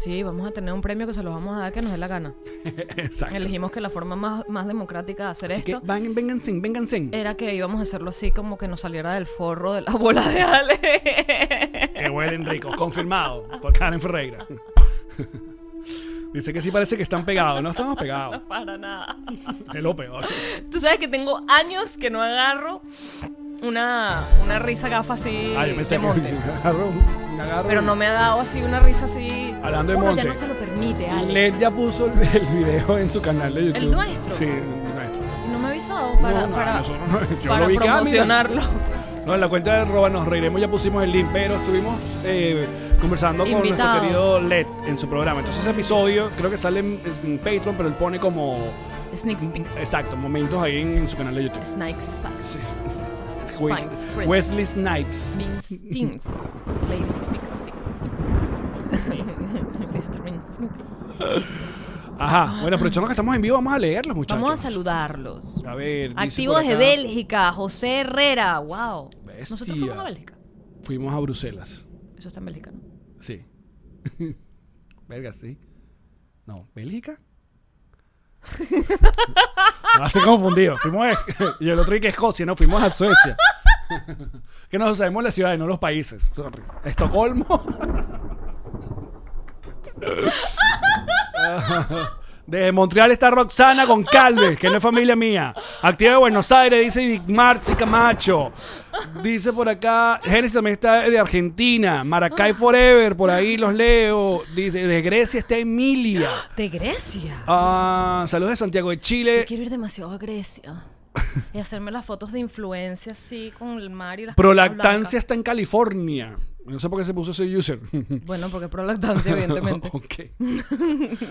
S2: Sí, vamos a tener un premio que se los vamos a dar que nos dé la gana.
S3: Exacto.
S2: Elegimos que la forma más, más democrática de hacer
S3: Así que
S2: esto Eh.
S3: van, vénganse, vénganse.
S2: era que íbamos a hacerlo así como que nos saliera del forro de la bola de Ale.
S3: Que huelen rico. Confirmado por Karen Ferreira. Dice que sí parece que están pegados. No estamos pegados.
S2: Para nada.
S3: Es lo peor.
S2: Tú sabes que tengo años que no agarro una, una risa gafa así
S3: Ah, yo pensé
S2: de
S3: que
S2: monte.
S3: agarro, agarro.
S2: Pero no me ha dado así una risa así.
S3: Hablando de
S2: Uno
S3: monte.
S2: ya no se lo permite, Alex.
S3: Led ya puso el, el video en su canal de YouTube.
S2: nuestro?
S3: Sí, el nuestro.
S2: Y No me ha avisado para,
S3: no,
S2: para,
S3: nosotros no. Yo
S2: para
S3: lo vi que, ah, mira.
S2: promocionarlo.
S3: No, en la cuenta de arroba nos reiremos ya pusimos el link, pero estuvimos eh, conversando con
S2: Invitados.
S3: nuestro querido Led en su programa. Entonces ese episodio creo que sale en, en Patreon, pero él pone como... Mm,
S2: Sneaks Peeks.
S3: Exacto, momentos ahí en, en su canal de YouTube.
S2: Snipes, Packs, Spikes,
S3: Wes- Wesley Snipes.
S2: Beans, Tings. Ladies, Pigs, Sticks. Listerine, Stinks.
S3: Ajá, bueno, aprovechando que estamos en vivo, vamos a leerlos, muchachos.
S2: Vamos a saludarlos.
S3: A ver, dice
S2: Activo
S3: por
S2: desde
S3: acá,
S2: Bélgica, José Herrera. Wow. Nosotros fuimos
S3: Bestia.
S2: a Bélgica.
S3: Fuimos a Bruselas.
S2: Eso está en Bélgica, ¿no?
S3: Sí. Verga, sí. No, ¿Bélgica? no, estoy confundido. Fuimos a- y el otro dije que Escocia, no, fuimos a Suecia. que nos sabemos las ciudades, no los países. Sorry. Estocolmo. Desde Montreal está Roxana Goncalves, que no es familia mía. Activa de Buenos Aires, dice Marci Camacho. Dice por acá, Génesis también está de Argentina. Maracay Forever, por ahí los leo. Dice, de Grecia está Emilia.
S2: De Grecia.
S3: Ah, saludos de Santiago de
S2: Yo
S3: Chile.
S2: quiero ir demasiado a Grecia. Y hacerme las fotos de influencia así con el mar y las
S3: Prolactancia
S2: cosas
S3: está en California. No sé por qué se puso ese user.
S2: blancas. Bueno, porque prolactancia, evidentemente.
S3: Ok.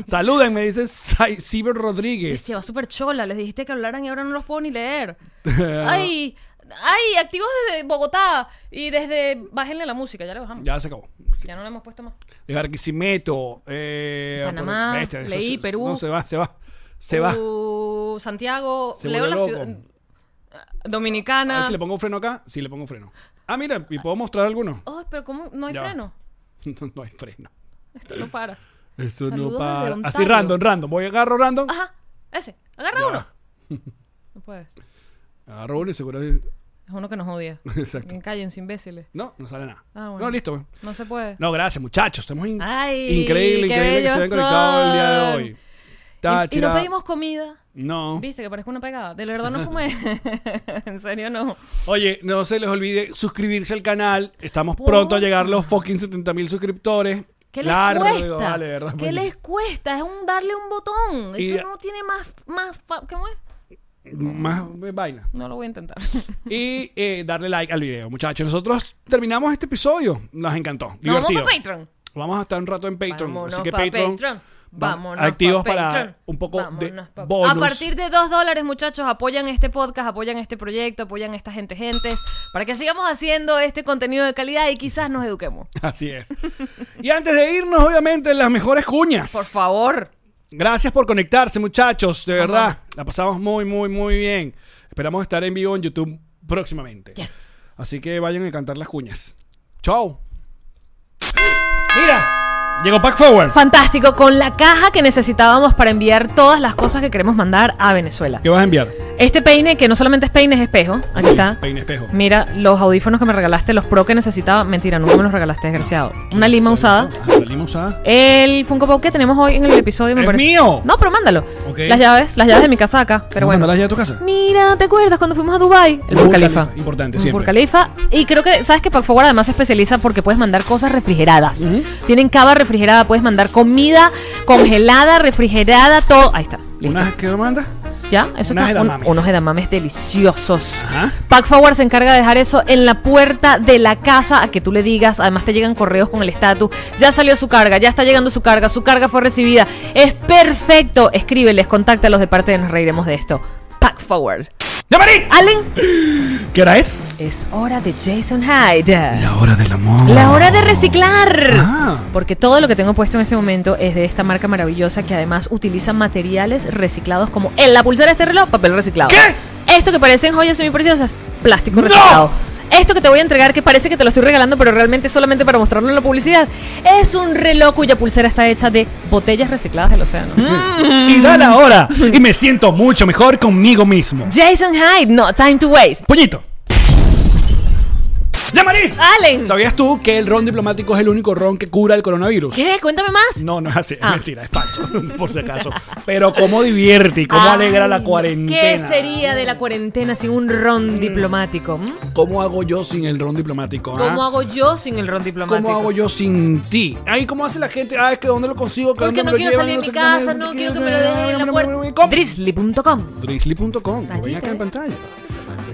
S3: Salúdenme, dice Cy- Cyber
S2: Y
S3: Rodríguez.
S2: se va súper chola, les dijiste que hablaran y ahora no los puedo ni leer. ay, ay, activos desde Bogotá y desde... Bájenle la música, ya le bajamos. Ya,
S3: Ya se acabó.
S2: no le hemos puesto más.
S3: de Barquisimeto, eh,
S2: Panamá,
S3: por- bestia, eso
S2: leí,
S3: se-
S2: Perú.
S3: No, se va, se va. Se va.
S2: Uh, Santiago,
S3: Se
S2: leo
S3: vuelve
S2: la
S3: loco.
S2: ciudad...
S3: A ver
S2: Dominicana.
S3: si le pongo freno acá. Si le pongo freno. Ah, mira, ¿y puedo mostrar alguno?
S2: Oh, pero ¿cómo? No hay
S3: Ya va.
S2: freno.
S3: No, no hay freno.
S2: Esto no para.
S3: Esto
S2: Saludos desde
S3: no para. Así
S2: Ontario.
S3: random, random. Voy, agarro random.
S2: Ajá, ese. Agarra
S3: Ya
S2: uno.
S3: va.
S2: No puedes.
S3: Agarro uno y seguro. Exacto.
S2: Es uno que nos odia. Cállense, imbéciles.
S3: No, no sale nada.
S2: Ah, bueno.
S3: No, listo.
S2: No se puede.
S3: No, gracias, muchachos. Estamos in-
S2: Ay,
S3: increíble,
S2: qué
S3: increíble que se hayan
S2: bellos
S3: conectado el día de
S2: son.
S3: hoy.
S2: Y- y, no
S3: Táchira.
S2: pedimos comida.
S3: No.
S2: Viste que parezco una pegada. De verdad no fumé. en serio no.
S3: Oye, no se les olvide suscribirse al canal. Estamos
S2: Porfa.
S3: pronto a llegar los fucking 70 mil suscriptores.
S2: ¿Qué les
S3: Largo,
S2: cuesta?
S3: vale, ¿verdad? pues,
S2: ¿Qué les cuesta? Es un darle un botón.
S3: Y-
S2: Eso no tiene más, más fa- ¿Cómo es?
S3: Más vaina.
S2: No lo voy a intentar.
S3: Y eh, darle like al video, muchachos. Nosotros terminamos este episodio. Nos encantó.
S2: Nos vamos
S3: divertido.
S2: para Patreon.
S3: Vamos a estar un rato en Patreon.
S2: Vámonos
S3: así que
S2: pa'
S3: Patreon.
S2: Patreon.
S3: va-
S2: Vámonos
S3: activos
S2: pa'
S3: para
S2: Patreon.
S3: un poco
S2: Vámonos
S3: de
S2: pa-
S3: bonus.
S2: A partir de dos dólares, muchachos, apoyan este podcast, apoyan este proyecto, apoyan esta gente, gentes, para que sigamos haciendo este contenido de calidad y quizás nos eduquemos.
S3: Así es. y antes de irnos, obviamente, las mejores cuñas.
S2: Por favor.
S3: Gracias por conectarse, muchachos. De
S2: Vamos.
S3: verdad, la pasamos muy, muy, muy bien. Esperamos estar en vivo en YouTube próximamente.
S2: Yes.
S3: Así que vayan a cantar las cuñas. Chao. Mira, llegó Pack Forward.
S2: Fantástico, con la caja que necesitábamos para enviar todas las cosas que queremos mandar a Venezuela.
S3: ¿Qué vas a enviar?
S2: Este peine, que no solamente es peine, es espejo. Aquí está.
S3: Peine espejo.
S2: Mira, los audífonos que me regalaste, los pro que necesitaba. Mentira, nunca me los regalaste, desgraciado. Una lima usada.
S3: Ah, la lima usada.
S2: El Funko Pop que tenemos hoy en el episodio me
S3: ¡Eh! ¡Es
S2: parece.
S3: mío!
S2: No, pero mándalo.
S3: Ok.
S2: Las llaves, las llaves de mi casa acá. Pero
S3: ¿Vamos
S2: bueno.
S3: a mandarlas ya a tu casa?
S2: Mira, ¿te acuerdas cuando fuimos a Dubai? El Burj
S3: Burj
S2: Khalifa.
S3: Khalifa, importante,
S2: El
S3: siempre.
S2: Burj Khalifa. Y creo que, ¿sabes que Pack Forward además se especializa porque puedes mandar cosas refrigeradas. Tienen cava refrigerada, puedes mandar comida congelada, refrigerada, todo. Ahí está. Listo.
S3: ¿Unas que lo mandas?
S2: ¿Ya? Eso
S3: Unas
S2: está. un-
S3: edamames.
S2: unos edamames deliciosos.
S3: Ajá.
S2: Pack Forward se encarga de dejar eso en la puerta de la casa a que tú le digas. Además, te llegan correos con el estatus. Ya salió su carga, ya está llegando su carga, su carga fue recibida. Es perfecto. Escríbeles, contáctalos de parte de Nos Reiremos de esto. Pack Forward.
S3: ¡Yamari!
S2: Allen,
S3: ¿Qué hora es?
S2: es hora de Jason Hyde.
S3: La hora del amor.
S2: La hora de reciclar.
S3: Ah.
S2: Porque todo lo que tengo puesto en este momento es de esta marca maravillosa que además utiliza materiales reciclados como en la pulsera de este reloj, papel reciclado.
S3: ¿Qué?
S2: Esto que parecen joyas semipreciosas, plástico reciclado. Esto que te voy a entregar, que parece que te lo estoy regalando, pero realmente es solamente para mostrarlo en la publicidad, es un reloj cuya pulsera está hecha de botellas recicladas del océano. Mm.
S3: Y da la hora. Y me siento mucho mejor conmigo mismo.
S2: Jason Hyde, no time to waste.
S3: Puñito. ¡Ya, Marí!
S2: Ah, Allen,
S3: ¿Sabías tú que el ron diplomático es el único ron que cura el coronavirus?
S2: ¿qué? Cuéntame más.
S3: No, no es así, es
S2: Ah.
S3: mentira, es falso, por si acaso. Pero cómo divierte y cómo
S2: Ay,
S3: alegra la cuarentena. Mm.
S2: ¿Qué sería de la cuarentena sin un ron diplomático? ¿m?
S3: ¿Cómo hago yo sin el ron diplomático? ah?
S2: ¿Cómo hago yo sin el ron diplomático?
S3: ¿Cómo hago yo sin ti? Ay, ¿cómo hace la gente? Ah, es que ¿dónde lo consigo? ¿Que
S2: Porque
S3: dónde
S2: no
S3: me lo
S2: quiero
S3: llevan?
S2: salir de mi
S3: sé qué, no
S2: casa,
S3: sé
S2: no
S3: qué,
S2: quiero que
S3: no,
S2: me lo dejen en la
S3: no, no, no, no,
S2: puerta.
S3: ¿cómo?
S2: Drizzly.com.
S3: Drizzly.com. Lo ven acá en
S2: Allí te-
S3: pantalla.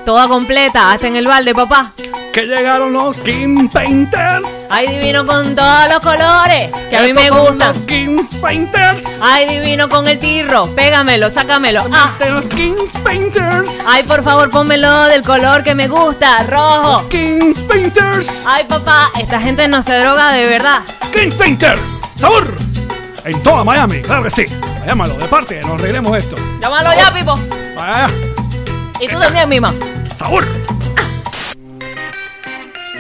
S2: toda completa, hasta en el balde, papá.
S3: Que llegaron los King Painters.
S2: Ay, divino con todos los colores que a mí
S3: Estos
S2: me
S3: son
S2: gustan.
S3: Los King Painters.
S2: Ay, divino con el tirro. Pégamelo, sácamelo. Ah.
S3: De los King Painters.
S2: Ay, por favor, pónmelo del color que me gusta, rojo.
S3: King Painters.
S2: Ay, papá, esta gente no se droga de verdad.
S3: King Painter. Sabor. En toda Miami, claro que sí. Llámalo, de parte, nos reiremos esto.
S2: Llámalo ya, Pipo.
S3: Ah,
S2: Y tú también, Mima.
S3: sabor.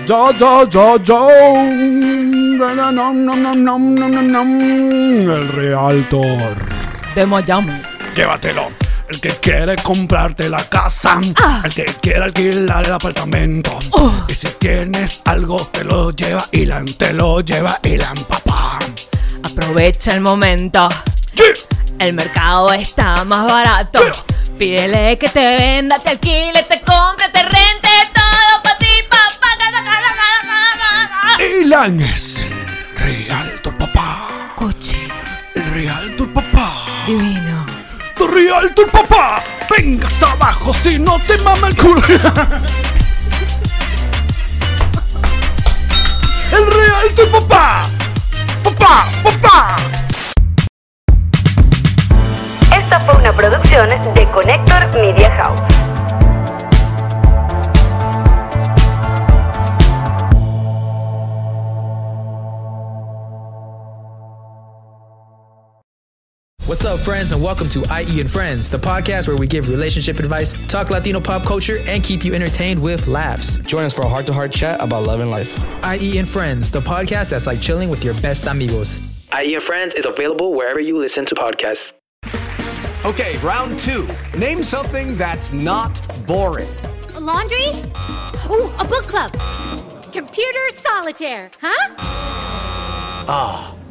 S3: Yo, yo, yo, yo. Nom, nom, nom, nom, nom, nom, nom. El Realtor.
S2: De Miami.
S3: Llévatelo. El que quiere comprarte la casa, el que quiere alquilar el apartamento. Y si tienes algo, te lo lleva Ilan, te lo lleva Ilan, papá.
S2: Aprovecha el momento. El mercado está más barato. Pídele que te venda, te alquile, te compre, te rente todo para ti,
S3: Eh.
S2: papá.
S3: Ilan es el Realtor, papá.
S2: Cuchi,
S3: El Realtor, papá.
S2: divino.
S3: Tu Realtor, papá. Venga hasta abajo si no te mama el culo. El Realtor, papá. Papá, papá.
S6: Esta fue una producción de Connector Media House.
S7: What's up, friends, and welcome to IE and Friends, the podcast where we give relationship advice, talk Latino pop culture, and keep you entertained with laughs.
S8: Join us for a heart to heart chat about love and life.
S7: IE and Friends, the podcast that's like chilling with your best amigos.
S8: IE E and Friends is available wherever you listen to podcasts.
S9: Okay, round two. Name something that's not boring.
S10: laundry? Ooh, a book club. Computer solitaire, huh?